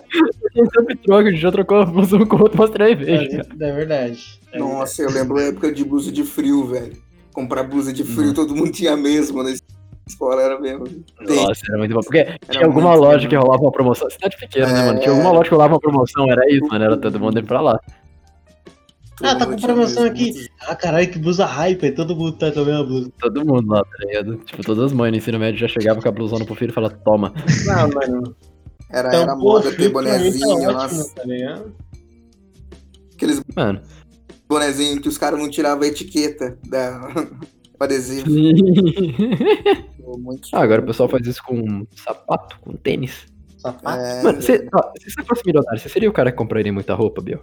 Speaker 2: Quem sempre troca, a gente já trocou a blusa um com o outro umas três vezes.
Speaker 5: É,
Speaker 2: cara.
Speaker 5: é verdade. É
Speaker 3: Nossa, eu lembro a época de blusa de frio, velho. Comprar blusa de frio,
Speaker 2: Nossa.
Speaker 3: todo mundo tinha mesmo na escola, era mesmo. Tem.
Speaker 2: Nossa, era muito bom. Porque tinha
Speaker 3: muito
Speaker 2: alguma
Speaker 3: bom.
Speaker 2: loja que rolava uma promoção. Cidade pequena, né, mano? Tinha
Speaker 3: É.
Speaker 2: alguma loja que rolava uma promoção, era isso, mano. Era todo mundo indo pra lá.
Speaker 3: Todo
Speaker 5: Ah, tá
Speaker 3: mundo
Speaker 5: com
Speaker 3: tinha
Speaker 5: promoção
Speaker 3: mesmo.
Speaker 5: aqui. Ah, caralho, que blusa hype. aí Todo mundo tá com a mesma blusa.
Speaker 2: Todo mundo lá, tá ligado? Tipo, todas as mães no ensino médio já chegavam com a blusona pro filho e falavam, toma.
Speaker 5: Ah, mano.
Speaker 3: Era,
Speaker 5: Então,
Speaker 3: era moda ter bonezinho, nossa. É.
Speaker 5: tá ligado?
Speaker 3: Aqueles
Speaker 2: Mano.
Speaker 3: bonezinhos que os caras não tiravam a etiqueta da... do adesivo. Muito
Speaker 2: ah, agora o pessoal faz isso com um sapato, com tênis.
Speaker 5: Sapato.
Speaker 3: É,
Speaker 2: Mano, você, ó, se você fosse milionário, você seria o cara que compraria muita roupa, Biel?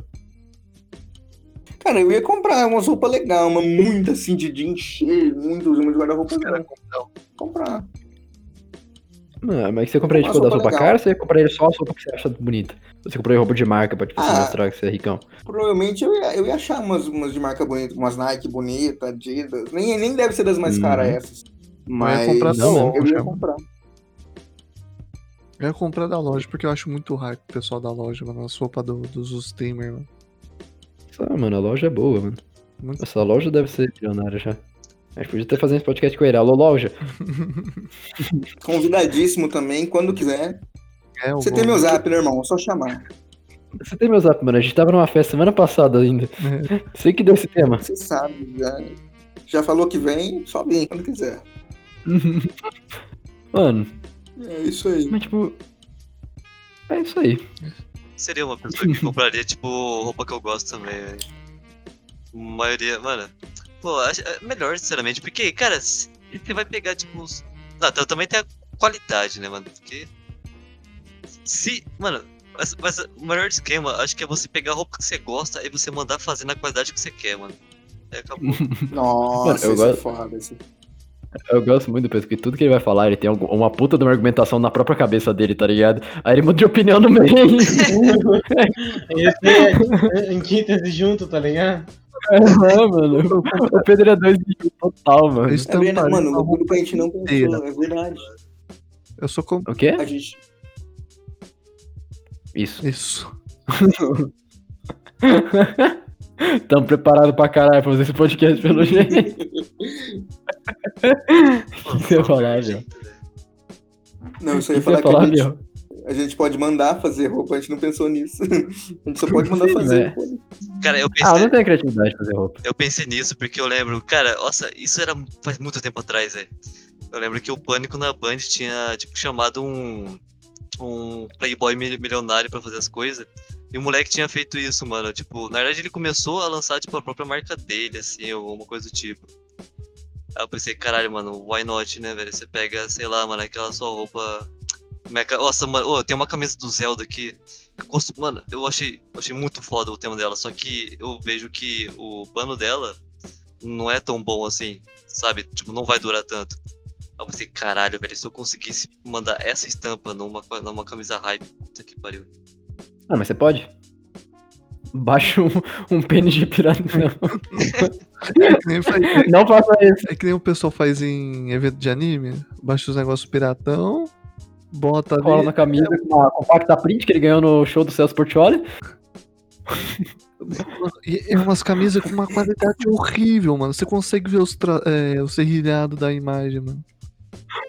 Speaker 3: Cara, eu ia comprar umas roupas legais, uma muito assim de, de encher, muito, muito de guarda-roupa.
Speaker 4: Cara,
Speaker 3: não. comprar.
Speaker 2: Mano, mas você compraria, tipo,
Speaker 3: Nossa,
Speaker 2: das
Speaker 3: roupa
Speaker 2: roupas
Speaker 3: legal.
Speaker 2: caras, você compraria só as roupas que você acha bonita. Ou Você compraria roupa de marca pra, tipo, se
Speaker 3: Ah.
Speaker 2: mostrar que você é ricão.
Speaker 3: Provavelmente eu ia, eu ia achar umas, umas de marca bonita, umas Nike bonita, Adidas. Nem, nem deve ser das mais
Speaker 2: Uhum.
Speaker 3: caras essas.
Speaker 4: Não ia
Speaker 3: Mas
Speaker 4: comprar da
Speaker 2: não,
Speaker 3: eu ia
Speaker 4: loja.
Speaker 3: comprar.
Speaker 4: Eu ia comprar da loja, porque eu acho muito hype o pessoal da loja, mano. A sopa do, dos streamers, mano.
Speaker 2: Ah, mano, a loja é boa, mano.
Speaker 4: Muito-
Speaker 2: Nossa, a loja deve ser milionária já. A gente podia estar fazendo esse podcast com ele. Alô, loja.
Speaker 3: Convidadíssimo também, quando quiser.
Speaker 4: É, eu
Speaker 3: Você
Speaker 4: vou-
Speaker 3: tem meu zap, né, irmão? É só chamar.
Speaker 2: Você tem meu zap, mano. A gente tava numa festa semana passada ainda.
Speaker 4: É.
Speaker 2: Sei que deu esse tema.
Speaker 3: Você sabe, já. Já falou que vem, só vem quando quiser.
Speaker 2: Mano,
Speaker 3: É isso aí.
Speaker 2: mas tipo. É isso aí.
Speaker 6: Seria uma pessoa que compraria, tipo, roupa que eu gosto também, velho. Maioria, mano. Pô, acho, é melhor, sinceramente, porque, cara, se- você vai pegar, tipo, uns. Ah, tá, também tem a qualidade, né, mano? Porque. Se. Mano, mas, mas o melhor esquema, acho que é você pegar a roupa que você gosta e você mandar fazer na qualidade que você quer, mano. Aí acabou.
Speaker 3: Nossa,
Speaker 2: Mano, eu
Speaker 3: isso é
Speaker 2: gosto-
Speaker 3: foda. Isso
Speaker 2: Eu gosto muito do Pedro, porque tudo que ele vai falar, ele tem algum- uma puta de uma argumentação na própria cabeça dele, tá ligado? Aí ele muda de opinião no meio.
Speaker 5: Esse é antítese junto, tá ligado?
Speaker 2: ah, mano. O Pedro é dois de um total, mano.
Speaker 4: Eles
Speaker 3: É verdade,
Speaker 4: tamparam
Speaker 3: mano,
Speaker 4: uma
Speaker 3: o bagulho que a gente não
Speaker 4: roupa
Speaker 3: pensou,
Speaker 4: inteira.
Speaker 3: é verdade.
Speaker 4: Eu só com
Speaker 2: O quê?
Speaker 3: A gente.
Speaker 2: Isso.
Speaker 4: Isso.
Speaker 2: Tamo preparado pra caralho pra fazer esse podcast pelo jeito.
Speaker 6: Mano,
Speaker 2: Você ia falar,
Speaker 6: fala pra
Speaker 2: João.
Speaker 6: gente, velho.
Speaker 3: Não, isso aí
Speaker 2: Você
Speaker 3: ia
Speaker 2: ia
Speaker 3: falar que é a gente,
Speaker 2: Biel?
Speaker 3: a gente pode mandar fazer roupa, a gente não pensou nisso. A gente só pode mandar
Speaker 2: Sim,
Speaker 3: fazer.
Speaker 2: né?
Speaker 3: pô.
Speaker 6: Cara, eu
Speaker 2: Ah, eu
Speaker 6: pensei,
Speaker 2: não tenho criatividade pra fazer roupa.
Speaker 6: eu pensei nisso porque eu lembro, cara, nossa, isso era faz muito tempo atrás, velho. Eu lembro que o Pânico na Band tinha, tipo, chamado um, um playboy mil- milionário pra fazer as coisas. E o moleque tinha feito isso, mano. Tipo, na verdade ele começou a lançar, tipo, a própria marca dele, assim, ou alguma coisa do tipo. Aí eu pensei, caralho, mano, why not, né, velho? Você pega, sei lá, mano, aquela sua roupa Minha ca- Nossa, mano, ô, tem uma camisa do Zelda aqui. que Eu gosto, mano, eu achei, achei muito foda o tema dela, só que eu vejo que o plano dela não é tão bom assim, sabe? Tipo, não vai durar tanto. Aí eu pensei, caralho, velho, se eu conseguisse mandar essa estampa numa, numa camisa hype, puta que pariu.
Speaker 2: Ah, mas você pode? Baixa um, um pênis de piratão.
Speaker 4: É que nem faz- é que-
Speaker 2: Não faça isso.
Speaker 4: é que nem o pessoal faz em evento de anime. Baixa os negócios piratão, bota
Speaker 2: Cola
Speaker 4: ali,
Speaker 2: na camisa com a compacta print que ele ganhou no show do Celso Portioli.
Speaker 4: E é umas camisas com uma qualidade horrível, mano. Você consegue ver os tra- é, o serrilhado da imagem, mano.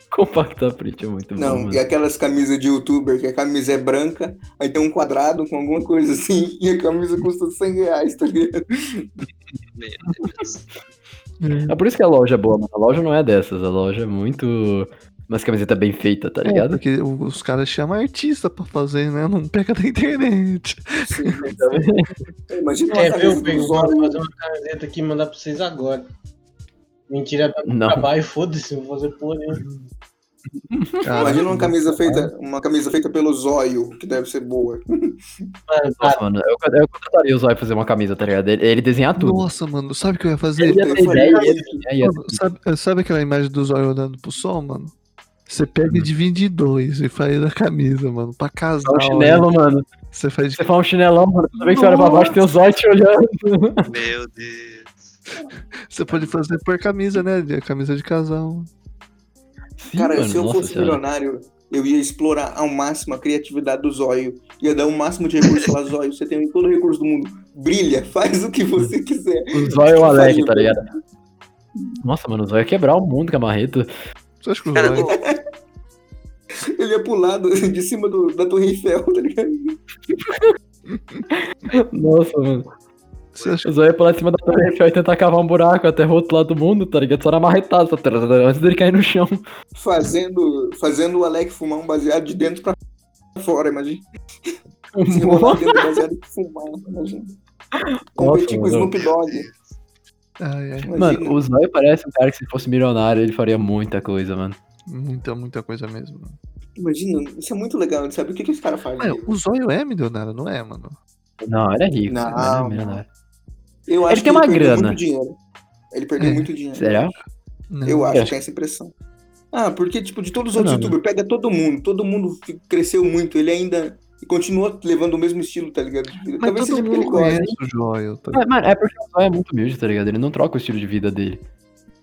Speaker 2: Compacta print é muito bom,
Speaker 3: Não,
Speaker 2: mano.
Speaker 3: e aquelas camisas de youtuber que a camisa é branca, aí tem um quadrado com alguma coisa assim, e a camisa custa 100 reais, tá ligado?
Speaker 6: Meu Deus.
Speaker 2: É por isso que a loja é boa, mano. A loja não é dessas. A loja é muito. Mas camiseta bem feita, tá
Speaker 4: É,
Speaker 2: ligado?
Speaker 4: porque o- os caras chamam artista pra fazer, né? Não pega da internet.
Speaker 3: Sim, Imagina uma
Speaker 5: É, eu
Speaker 3: camisa
Speaker 5: pego
Speaker 3: dos
Speaker 5: vou
Speaker 3: olhos.
Speaker 5: fazer uma camiseta aqui e mandar pra vocês agora. Mentira, dá
Speaker 2: Não.
Speaker 5: trabalho, foda-se, não vou fazer porra nenhuma.
Speaker 4: Cara,
Speaker 3: Imagina uma camisa feita, uma camisa feita pelo zóio, que deve ser boa.
Speaker 5: Mano,
Speaker 2: Nossa,
Speaker 5: para,
Speaker 2: mano, eu, eu contrataria o Zóio pra fazer uma camisa, tá ligado? Ele, ele desenhar tudo.
Speaker 4: nossa, mano, sabe o que eu ia fazer?
Speaker 2: Ele é ia ter
Speaker 3: eu falei
Speaker 2: ideia,
Speaker 3: pra
Speaker 2: ia desenhar, ia
Speaker 4: Mano, sabe, eh, sabe aquela imagem do zóio olhando pro sol, mano? Você pega e divide em dois e faz a camisa, mano. Pra casar.
Speaker 2: Hum. Um chinelo, mano.
Speaker 4: Você faz de
Speaker 2: Você faz um chinelão, mano. Toda vez que você olha pra baixo, tem o Zóio te olhando.
Speaker 6: Meu Deus.
Speaker 4: Você pode fazer por camisa, né? de- Camisa de casal.
Speaker 2: Sim,
Speaker 3: Cara,
Speaker 2: mano,
Speaker 3: se eu
Speaker 2: nossa
Speaker 3: fosse
Speaker 2: senhora.
Speaker 3: milionário, eu ia explorar ao máximo a criatividade do zóio. Ia dar o máximo de recurso lá, zóio. Você tem todo o recurso do mundo. Brilha, faz o que você quiser.
Speaker 2: O Zóio é o Alec,
Speaker 3: Faria,
Speaker 2: tá ligado? Nossa, mano, o Zóio ia quebrar o mundo com a marreta.
Speaker 4: Você acha que o
Speaker 6: Cara,
Speaker 4: zóio...
Speaker 3: Ele ia pular do- de cima do- da Torre Eiffel, tá ligado?
Speaker 2: Nossa, mano.
Speaker 4: Você acha
Speaker 2: O Zóio ia pular de cima da torre Eiffel e tentar cavar um buraco até o outro lado do mundo, tá ligado? Só na marretada, só- antes dele cair no chão.
Speaker 3: Fazendo, fazendo o Alec fumar um baseado de dentro pra fora, imagina.
Speaker 2: Nossa,
Speaker 3: Se enrolar dentro do baseado e fumar, imagina. Competir com o
Speaker 2: mano.
Speaker 3: Snoop Dogg.
Speaker 4: Ai, ai,
Speaker 3: imagina.
Speaker 2: Mano, o Zóio parece um cara que se fosse milionário, ele faria muita coisa, mano.
Speaker 4: muita, muita coisa mesmo.
Speaker 3: Imagina, isso é muito legal, sabe? O que, que esse cara faz?
Speaker 4: Mano, o zóio é milionário, não é, mano?
Speaker 2: Não, ele é rico.
Speaker 3: Não,
Speaker 2: ele era
Speaker 3: mano.
Speaker 2: milionário.
Speaker 3: Eu
Speaker 2: ele tem uma
Speaker 3: perdeu
Speaker 2: grana.
Speaker 3: muito dinheiro. Ele perdeu
Speaker 4: É.
Speaker 3: muito dinheiro.
Speaker 2: Será?
Speaker 4: Não.
Speaker 3: Eu acho,
Speaker 2: Eu
Speaker 3: eu
Speaker 2: acho-
Speaker 3: tenho essa impressão. Ah, porque, tipo, de todos os outros
Speaker 2: Não,
Speaker 3: youtubers, pega todo mundo. Todo mundo fi- cresceu muito. Ele ainda continua levando o mesmo estilo, tá ligado?
Speaker 4: Mas
Speaker 3: Talvez seja
Speaker 4: todo
Speaker 3: porque ele
Speaker 4: mundo
Speaker 3: gosta.
Speaker 2: né?
Speaker 4: conhece o zóio. Tá?
Speaker 2: É, mano, é porque o Zóio é muito humilde, tá ligado? Ele não troca o estilo de vida dele.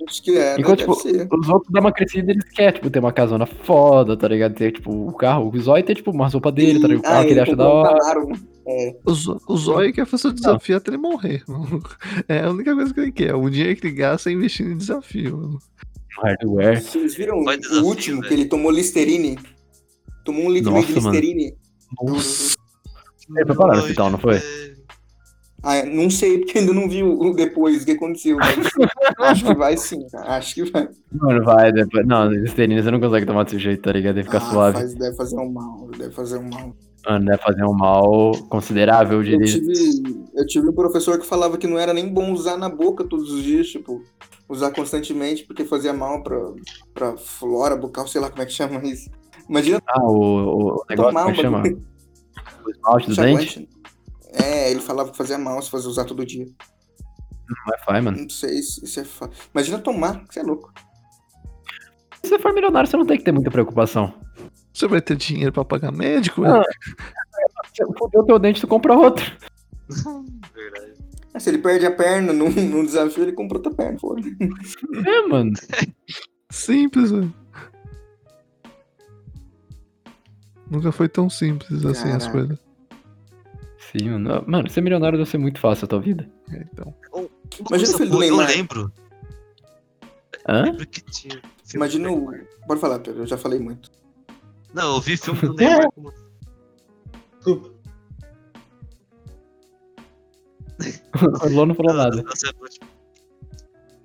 Speaker 3: Acho que é,
Speaker 2: Enquanto,
Speaker 3: né? Deve
Speaker 2: tipo,
Speaker 3: ser.
Speaker 2: Os outros dão uma crescida eles querem, tipo, ter uma casona foda, tá ligado? Ter, tipo, o carro. O Zóio tem, tipo, uma roupa dele, tá ligado? O
Speaker 3: Ah,
Speaker 2: carro que ele acha da
Speaker 3: comprou um
Speaker 2: hora.
Speaker 3: Camaro, né?
Speaker 4: O Zo- o zóio é quer fazer o desafio até ele morrer, mano. É a única coisa que ele quer. O dinheiro que ele gasta é investir em desafio. Mano.
Speaker 2: Hardware.
Speaker 3: Vocês viram
Speaker 6: Vai desafio,
Speaker 3: o último
Speaker 6: velho.
Speaker 3: que ele tomou Listerine? Tomou um litro e meio de
Speaker 2: Nossa, mano.
Speaker 3: Listerine.
Speaker 2: Nossa. Ele É, foi parar no hospital, não foi?
Speaker 3: Ah, não sei, porque ainda não vi o o depois o que aconteceu. Mas acho que vai sim, cara. Acho que vai.
Speaker 2: Mano, vai depois. Não, esterina você não consegue tomar desse jeito, tá ligado? Deve ficar suave.
Speaker 3: Ah, faz- deve fazer um mal, deve fazer um mal.
Speaker 2: Mano, deve fazer um mal considerável, eu
Speaker 3: Eu
Speaker 2: diria.
Speaker 3: tive, eu tive um professor que falava que não era nem bom usar na boca todos os dias, tipo, usar constantemente porque fazia mal pra, pra flora bucal, sei lá como é que chama isso. Imagina
Speaker 2: Ah, o, o- o negócio,
Speaker 3: tomar
Speaker 2: como é
Speaker 3: um
Speaker 2: que chama?
Speaker 3: bagulho
Speaker 2: O esmalte do
Speaker 3: de
Speaker 2: dente?
Speaker 3: aguante. É, ele falava que fazia mal se fosse usar todo dia.
Speaker 2: Não é faz, mano.
Speaker 3: Não sei se isso é fa... Imagina tomar, você é louco.
Speaker 2: Se você for milionário, você não tem que ter muita preocupação.
Speaker 4: Você vai ter dinheiro pra pagar médico?
Speaker 2: Ah,
Speaker 4: velho?
Speaker 2: Se fudeu teu dente, tu compra outro.
Speaker 6: Verdade.
Speaker 3: Ah, Se ele perde a perna num, num desafio, ele compra outra perna, foda.
Speaker 2: É, mano.
Speaker 4: Simples, velho. Nunca foi tão simples assim as
Speaker 3: Caraca.
Speaker 4: coisas.
Speaker 2: Sim, mano. Mano, ser milionário deve ser muito fácil a tua vida.
Speaker 4: É, então.
Speaker 6: Uma
Speaker 3: Imagina
Speaker 6: coisa
Speaker 3: o filho do
Speaker 6: boa, Eu
Speaker 3: Neymar.
Speaker 6: lembro.
Speaker 2: Hã?
Speaker 6: lembro que tinha. filme do
Speaker 3: Imagina o.
Speaker 6: Neymar.
Speaker 3: Pode falar, Pedro, eu já falei muito.
Speaker 6: Não, eu vi filme do Neymar como
Speaker 5: desculpa.
Speaker 2: O Lô não falou
Speaker 6: Não,
Speaker 2: nada.
Speaker 6: não, sabe, tipo,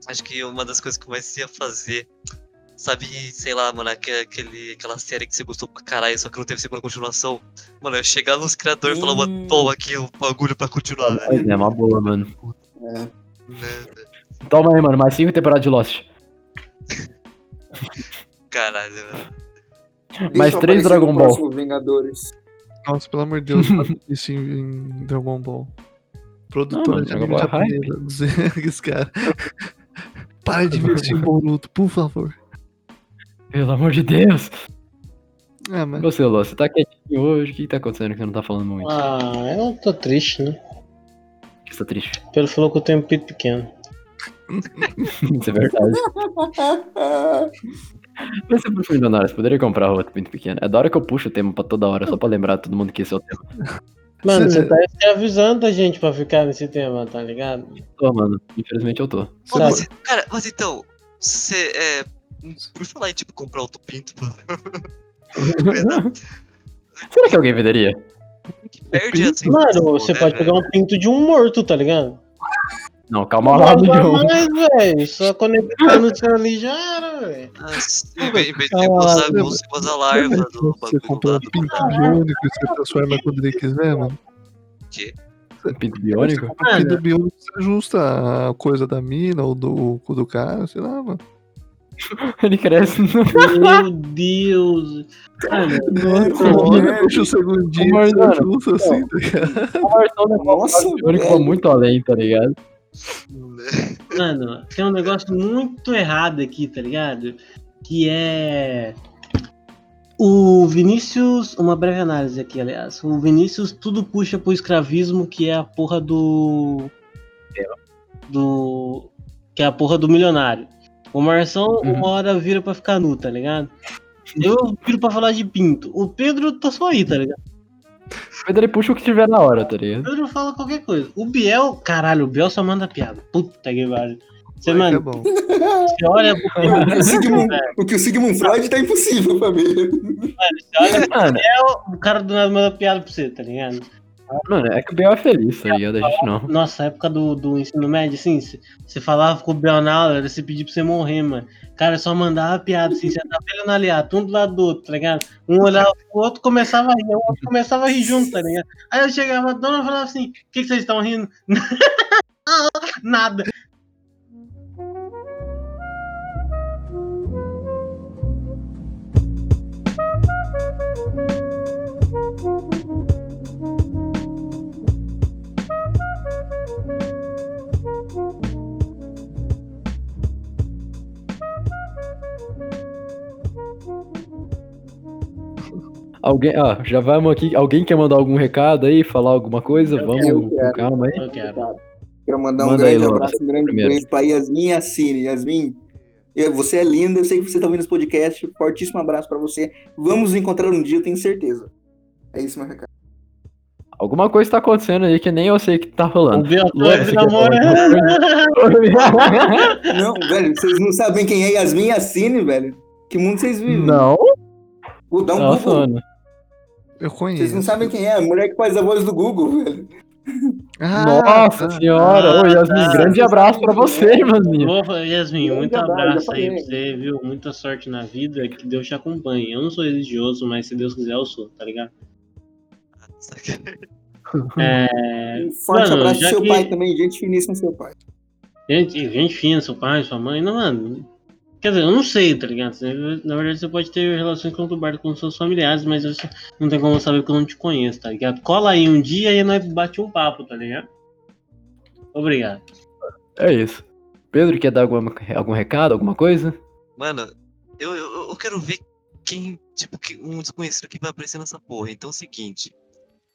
Speaker 6: Acho que uma das coisas que eu mais ia fazer, sabe, sei lá, mano, aque- aquele, aquela série que você gostou pra caralho, só que não teve segunda continuação. Mano, eu ia chegar nos criadores e falar, mano,
Speaker 3: Hum.
Speaker 6: toma aqui o bagulho pra continuar, velho.
Speaker 2: Mas é uma boa, mano.
Speaker 3: É,
Speaker 6: Né, velho?
Speaker 2: Toma aí, mano. Mais cinco temporadas de Lost.
Speaker 6: Caralho, velho.
Speaker 2: Mais
Speaker 3: Deixam
Speaker 2: três
Speaker 3: aparecer
Speaker 2: Dragon
Speaker 3: no
Speaker 2: Ball.
Speaker 3: próximo Vingadores.
Speaker 4: Nossa, pelo amor de Deus, faz isso em, em Dragon Ball. Produtora
Speaker 2: mano,
Speaker 4: de
Speaker 2: Dragon
Speaker 4: anime
Speaker 2: Ball é hype.
Speaker 4: japonesa, dizendo esse cara. Para de investir em Boruto, por favor.
Speaker 2: Pelo amor de Deus.
Speaker 4: Ah, mas
Speaker 2: Você, Lô, você tá quietinho hoje. O que que tá acontecendo que você não tá falando muito?
Speaker 5: Ah, eu tô triste, né?
Speaker 3: Ah.
Speaker 2: Por que Você tá triste.
Speaker 5: Pelo falou que eu tenho um pito pequeno.
Speaker 2: Isso é verdade. Mas você puxa milionário, você poderia comprar outro muito pequeno. É da hora que eu puxo o tema pra toda hora, só pra lembrar todo mundo que esse é o tema.
Speaker 5: Mano,
Speaker 4: Cê-
Speaker 5: você tá se avisando a gente pra ficar nesse tema, tá ligado?
Speaker 2: Tô, mano. Infelizmente eu tô.
Speaker 6: Pô,
Speaker 5: Sabe?
Speaker 6: mas- cara, mas então, você é. Por falar em tipo comprar outro pinto, mano.
Speaker 2: Será que alguém venderia?
Speaker 6: que perde assim.
Speaker 5: Mano, você pode pegar um pinto de um morto, tá ligado?
Speaker 2: Não, calma lá,
Speaker 5: Não dá
Speaker 2: milhão.
Speaker 5: mais, velho. Só conectando o seu ali já era, velho.
Speaker 6: Em vez Ah, em vez de
Speaker 5: Ah,
Speaker 6: botar a
Speaker 4: lembra-
Speaker 6: música, com as
Speaker 4: Lembra
Speaker 6: alarmas
Speaker 4: que
Speaker 6: do Ah,
Speaker 4: você
Speaker 6: bagulho
Speaker 4: compra
Speaker 6: lá
Speaker 4: um
Speaker 6: do
Speaker 4: pinto único e você transforma quando ele quiser, mano.
Speaker 6: quê?
Speaker 2: Pinto
Speaker 4: Você
Speaker 2: biônico?
Speaker 4: compra um
Speaker 5: Cara.
Speaker 4: pinto biônico, você ajusta a coisa da mina ou do cu do cara, sei lá, mano.
Speaker 2: Ele cresce no
Speaker 5: Meu Deus. Mano,
Speaker 4: Imagina, Puxa o segundinho,
Speaker 2: Ô,
Speaker 4: você
Speaker 2: Marzano,
Speaker 4: ajusta assim, tá ligado?
Speaker 2: cartão da
Speaker 3: Nossa,
Speaker 2: O né? Um biônico foi
Speaker 3: velho.
Speaker 2: muito além, tá ligado?
Speaker 6: né?
Speaker 5: Mano, tem um negócio muito errado aqui, tá ligado? Que é. O Vinícius. Uma breve análise aqui, aliás. O Vinícius tudo puxa pro escravismo, que é a porra do. Do. Que é a porra do milionário. O Marção,
Speaker 2: Uhum.
Speaker 5: uma hora vira pra ficar nu, tá ligado? Eu viro pra falar de pinto. O Pedro tá só aí, tá ligado?
Speaker 2: Mas ele puxa o que tiver na hora, tá ligado?
Speaker 5: Pedro fala qualquer coisa. O Biel, caralho, o Biel só manda piada. Puta que pariu. Você,
Speaker 4: Vai que é
Speaker 5: mano,
Speaker 4: bom.
Speaker 5: você olha pro Pedro,
Speaker 3: O Sigmund- O que o Sigmund Freud tá impossível pra mim.
Speaker 5: você olha
Speaker 2: Mano,
Speaker 5: o cara do nada manda piada pra você, tá ligado?
Speaker 2: mano, é que o Biel é feliz, tá ligado? A gente não.
Speaker 5: Nossa, a época do, do ensino médio, assim, c- você falava com o Biel na aula, era você pedir pra você morrer, mano. Cara, só mandava piada, assim, você tava olhando aliado, um do lado do outro, tá ligado? Um olhava pro outro, começava a rir, o outro começava a rir junto, tá ligado? Aí eu chegava, a dona falava assim, o que, que vocês estão rindo? Nada.
Speaker 2: Alguém, ah, já vamos aqui. Alguém quer mandar algum recado aí, falar alguma coisa?
Speaker 5: Eu
Speaker 2: Vamos
Speaker 3: quero, eu
Speaker 2: com
Speaker 3: quero.
Speaker 2: calma aí.
Speaker 5: Eu quero.
Speaker 3: Quero mandar um
Speaker 2: Manda aí,
Speaker 3: grande
Speaker 2: Laura,
Speaker 3: abraço, um grande
Speaker 2: primeiro.
Speaker 3: beijo pra Yasmin Yassine. Yasmin, eu- você é linda, eu sei que você tá ouvindo esse podcast. Fortíssimo abraço pra você. Vamos nos encontrar um dia, eu tenho certeza. É isso, meu recado.
Speaker 2: Alguma coisa tá acontecendo aí que nem eu sei que tá
Speaker 5: O
Speaker 2: rolando.
Speaker 5: Biel
Speaker 2: Lô,
Speaker 5: tá
Speaker 2: você quer falar
Speaker 5: namorando.
Speaker 3: Não, velho, vocês não sabem quem é Yasmin Yassine, velho. Que mundo vocês vivem?
Speaker 2: Não,
Speaker 3: Vou dar um
Speaker 2: nossa,
Speaker 3: Google.
Speaker 2: mano.
Speaker 4: Eu
Speaker 3: Vocês
Speaker 4: conheço.
Speaker 3: não sabem quem é, a mulher que faz a voz do Google, velho.
Speaker 4: Ah,
Speaker 2: Nossa
Speaker 4: tá.
Speaker 2: senhora. Ô, Yasmin,
Speaker 5: tá.
Speaker 2: grande abraço pra você, irmãzinho.
Speaker 5: Ô, Yasmin,
Speaker 3: Grande
Speaker 5: muito
Speaker 3: abraço,
Speaker 5: abraço
Speaker 3: já
Speaker 5: aí pra
Speaker 3: falei.
Speaker 5: você, viu? Muita sorte na vida, que Deus te acompanhe. Eu não sou religioso, mas se Deus quiser eu sou, tá ligado? É,
Speaker 3: Um forte
Speaker 5: Mano,
Speaker 3: abraço
Speaker 5: já
Speaker 3: pro seu
Speaker 5: que-
Speaker 3: pai também, gente finíssima seu pai.
Speaker 5: gente, gente fina, seu pai, sua mãe, não, mano. Quer dizer, eu não sei, tá ligado? Você- Na verdade, você pode ter relações conturbadas com seus familiares, mas você não tem como saber que eu não te conheço, tá ligado? Cola aí um dia e nós bate um papo, tá ligado? Obrigado.
Speaker 2: É isso. Pedro, quer dar alguma, algum recado, alguma coisa?
Speaker 6: Mano, eu, eu, eu quero ver quem, tipo, que- um desconhecido que vai aparecer nessa porra. Então é o seguinte,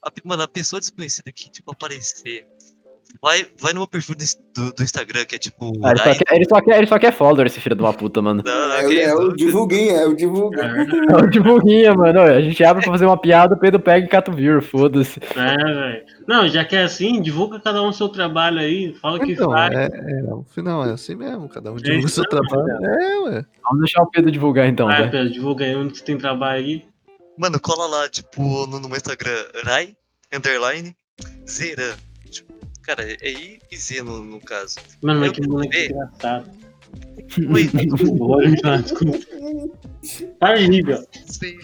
Speaker 6: a, pe- mano, a pessoa desconhecida que, tipo, aparecer, vai, vai no meu perfil do, ins- do, do Instagram, que é tipo...
Speaker 2: Ah, ele, só
Speaker 6: Rai-
Speaker 2: quer, ele, só quer, ele só quer follower, esse filho de uma puta, mano.
Speaker 6: Não, não,
Speaker 3: É, o-
Speaker 6: que
Speaker 3: é
Speaker 6: isso.
Speaker 3: o divulguinho, é o divulguinho.
Speaker 2: É o divulguinha, mano. A gente abre pra fazer uma piada, o Pedro pega e cata o viewer, foda-se.
Speaker 5: É, velho. Não, já que é assim, divulga cada um seu trabalho aí, fala o que
Speaker 4: Então,
Speaker 5: faz.
Speaker 4: é, é, o final é assim mesmo, cada um
Speaker 5: É
Speaker 4: divulga o
Speaker 5: isso
Speaker 4: seu trabalho. É, ué.
Speaker 2: Vamos deixar o Pedro divulgar então,
Speaker 5: Ah,
Speaker 2: velho.
Speaker 5: Pedro, divulga aí onde você tem trabalho aí.
Speaker 6: Mano, cola lá, tipo, no, no meu Instagram, Rai, underline, Zeran. Tipo, Cara, é I e Z no, no caso.
Speaker 5: Mano, mas
Speaker 6: Eu
Speaker 5: que
Speaker 6: quero
Speaker 5: moleque
Speaker 6: ver.
Speaker 5: engraçado.
Speaker 6: Oi,
Speaker 5: Tá horrível.
Speaker 6: sim.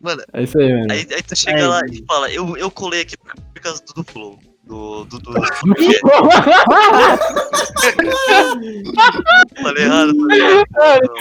Speaker 6: Mano,
Speaker 2: É isso aí, mano.
Speaker 6: aí, aí tu chega
Speaker 5: Aí.
Speaker 6: lá e fala, eu, eu colei aqui por, por causa do, do Flow. Do. Do. do... Falei errado, falei errado.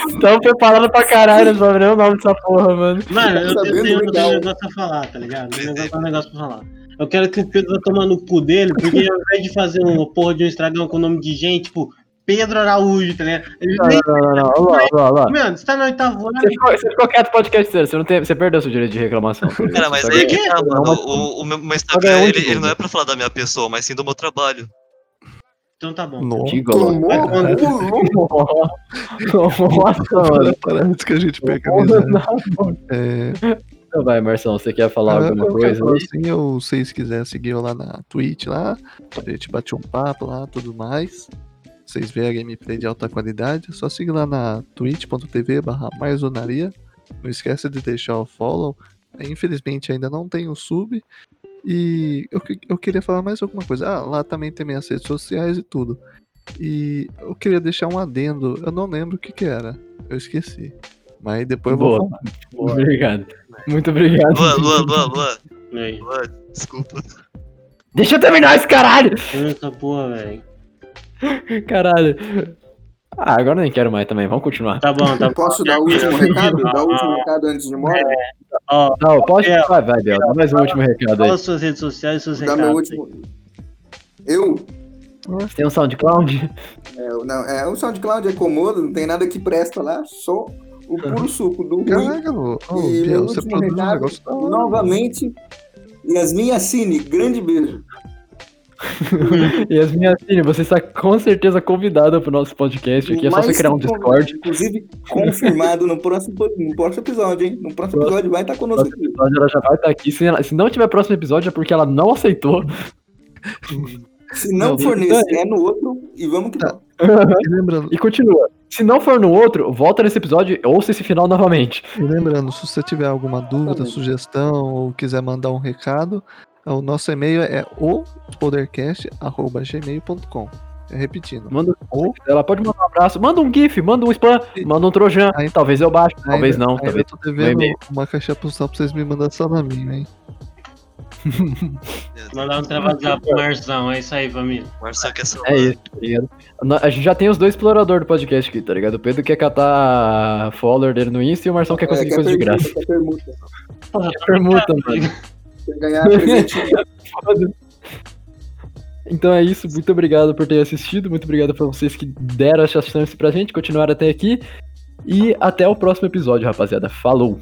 Speaker 2: Estão preparando então pra caralho, não sabe nem o nome dessa porra, mano.
Speaker 5: Mano, eu, eu
Speaker 3: Sabendo
Speaker 5: tenho eu tenho um
Speaker 3: legal.
Speaker 5: negócio pra falar, tá ligado? Eu tenho um negócio pra falar. Eu quero que o Pedro vá tomar no cu dele, porque ao invés de fazer uma porra de um estragão com o nome de gente, tipo, Pedro Araújo, tá ligado? Ele
Speaker 2: Não,
Speaker 5: nem-
Speaker 2: não, não, não. Olha lá, olha lá, olha lá.
Speaker 5: Mano, você tá na oitavo ano.
Speaker 2: Você ficou, você ficou quieto podcasteiro, você, não tem, você perdeu seu direito de reclamação. por isso,
Speaker 6: Cara, mas
Speaker 2: sabe?
Speaker 6: aí é que tá,
Speaker 2: Não,
Speaker 6: mano.
Speaker 2: mas-
Speaker 6: O, o meu, meu
Speaker 2: ganhar
Speaker 6: Instagram,
Speaker 2: um
Speaker 6: ele,
Speaker 2: de
Speaker 6: ele não
Speaker 2: tudo.
Speaker 6: é pra falar da minha pessoa, mas sim do meu trabalho.
Speaker 5: Então tá bom.
Speaker 4: Nossa,
Speaker 2: Digo, mano.
Speaker 3: Tomou um louco.
Speaker 2: Nossa, mano.
Speaker 4: parada que a gente pega amizade.
Speaker 2: Não,
Speaker 4: É,
Speaker 2: Não, Então vai, Marção, você quer falar
Speaker 4: Ah,
Speaker 2: alguma
Speaker 4: eu
Speaker 2: coisa?
Speaker 4: quero falar Assim, eu, se vocês quiserem seguir eu lá na Twitch, lá, a gente bate um papo lá, tudo mais. Vocês veem a gameplay de alta qualidade, é só seguir lá na twitch.tv barra marzonaria. Não esquece de deixar o follow. É, Infelizmente ainda não tem o sub. E eu, que- eu queria falar mais alguma coisa. Ah, lá também tem minhas redes sociais e tudo. E eu queria deixar um adendo. Eu não lembro o que que era. Eu esqueci. Mas depois eu vou
Speaker 2: Boa.
Speaker 4: falar.
Speaker 2: Obrigado. Muito obrigado.
Speaker 6: Luan, Luan, Luan, Luan,
Speaker 5: Aí,
Speaker 6: Luan, desculpa.
Speaker 2: Deixa eu terminar esse caralho!
Speaker 5: essa porra, velho.
Speaker 2: Caralho. Ah, agora eu nem quero mais também, vamos continuar.
Speaker 5: Tá bom, tá bom.
Speaker 3: Posso dar um o último recado? Dar o
Speaker 5: Ah,
Speaker 3: último recado antes de ir embora?
Speaker 5: Ó,
Speaker 2: Não, pode.
Speaker 6: É.
Speaker 5: Bel,
Speaker 2: Vai, vai, Bel. Dá mais um último recado aí.
Speaker 5: fala suas redes sociais e seus
Speaker 3: Dar
Speaker 5: recados.
Speaker 3: meu
Speaker 5: aí.
Speaker 3: último. Eu?
Speaker 2: Você tem um SoundCloud?
Speaker 3: É, o- não, é, o SoundCloud é comodo, não tem nada que presta lá, só o puro suco do Wii.
Speaker 4: Caraca, ô, né, ô,
Speaker 3: E
Speaker 4: Biel,
Speaker 3: meu
Speaker 4: você
Speaker 3: último
Speaker 4: produz um
Speaker 3: recado,
Speaker 4: negócio da hora.
Speaker 3: novamente, Yasmin Assine, grande beijo.
Speaker 2: E as minhas filhas, você está com certeza convidada pro nosso podcast aqui. É só
Speaker 3: Mais
Speaker 2: você criar um
Speaker 3: que
Speaker 2: Discord.
Speaker 3: Inclusive, confirmado no próximo, no próximo episódio, hein? No próximo episódio vai estar conosco aqui.
Speaker 2: Ela já vai estar aqui. Se, ela- se não tiver próximo episódio, é porque ela não aceitou.
Speaker 3: Se não,
Speaker 4: Não,
Speaker 3: for nesse, é no outro e vamos que tá.
Speaker 4: E lembrando,
Speaker 2: E continua. Se não for no outro, volta nesse episódio e ouça esse final novamente.
Speaker 4: e lembrando, se você tiver alguma dúvida,
Speaker 3: Exatamente.
Speaker 4: sugestão ou quiser mandar um recado, o nosso e-mail é o podercast@gmail.com. É repetindo.
Speaker 2: Manda
Speaker 4: Ou
Speaker 2: Ela pode mandar um abraço, manda um GIF, manda um spam, manda um Trojan.
Speaker 4: Aí-
Speaker 2: talvez eu baixo,
Speaker 4: ainda-
Speaker 2: talvez não.
Speaker 4: ainda
Speaker 2: Talvez.
Speaker 4: tô devendo
Speaker 2: e-mail.
Speaker 4: uma caixa postal pra vocês me mandarem só na minha, hein?
Speaker 5: Mandar um travasar pro Marzão, é isso aí, família.
Speaker 6: Marcelo quer saber.
Speaker 2: É isso, tá ligado? Nó- A gente já tem os dois exploradores do podcast aqui, tá ligado? O Pedro quer catar follower dele no Insta e o Marção quer conseguir
Speaker 3: É,
Speaker 2: coisa de
Speaker 3: permuta,
Speaker 2: graça.
Speaker 3: quer permuta.
Speaker 2: Permuta, mano.
Speaker 3: Quer ganhar presentinho.
Speaker 2: Então é isso, muito obrigado por ter assistido, muito obrigado pra vocês que deram essa chance pra gente, continuaram até aqui. E até o próximo episódio, rapaziada. Falou!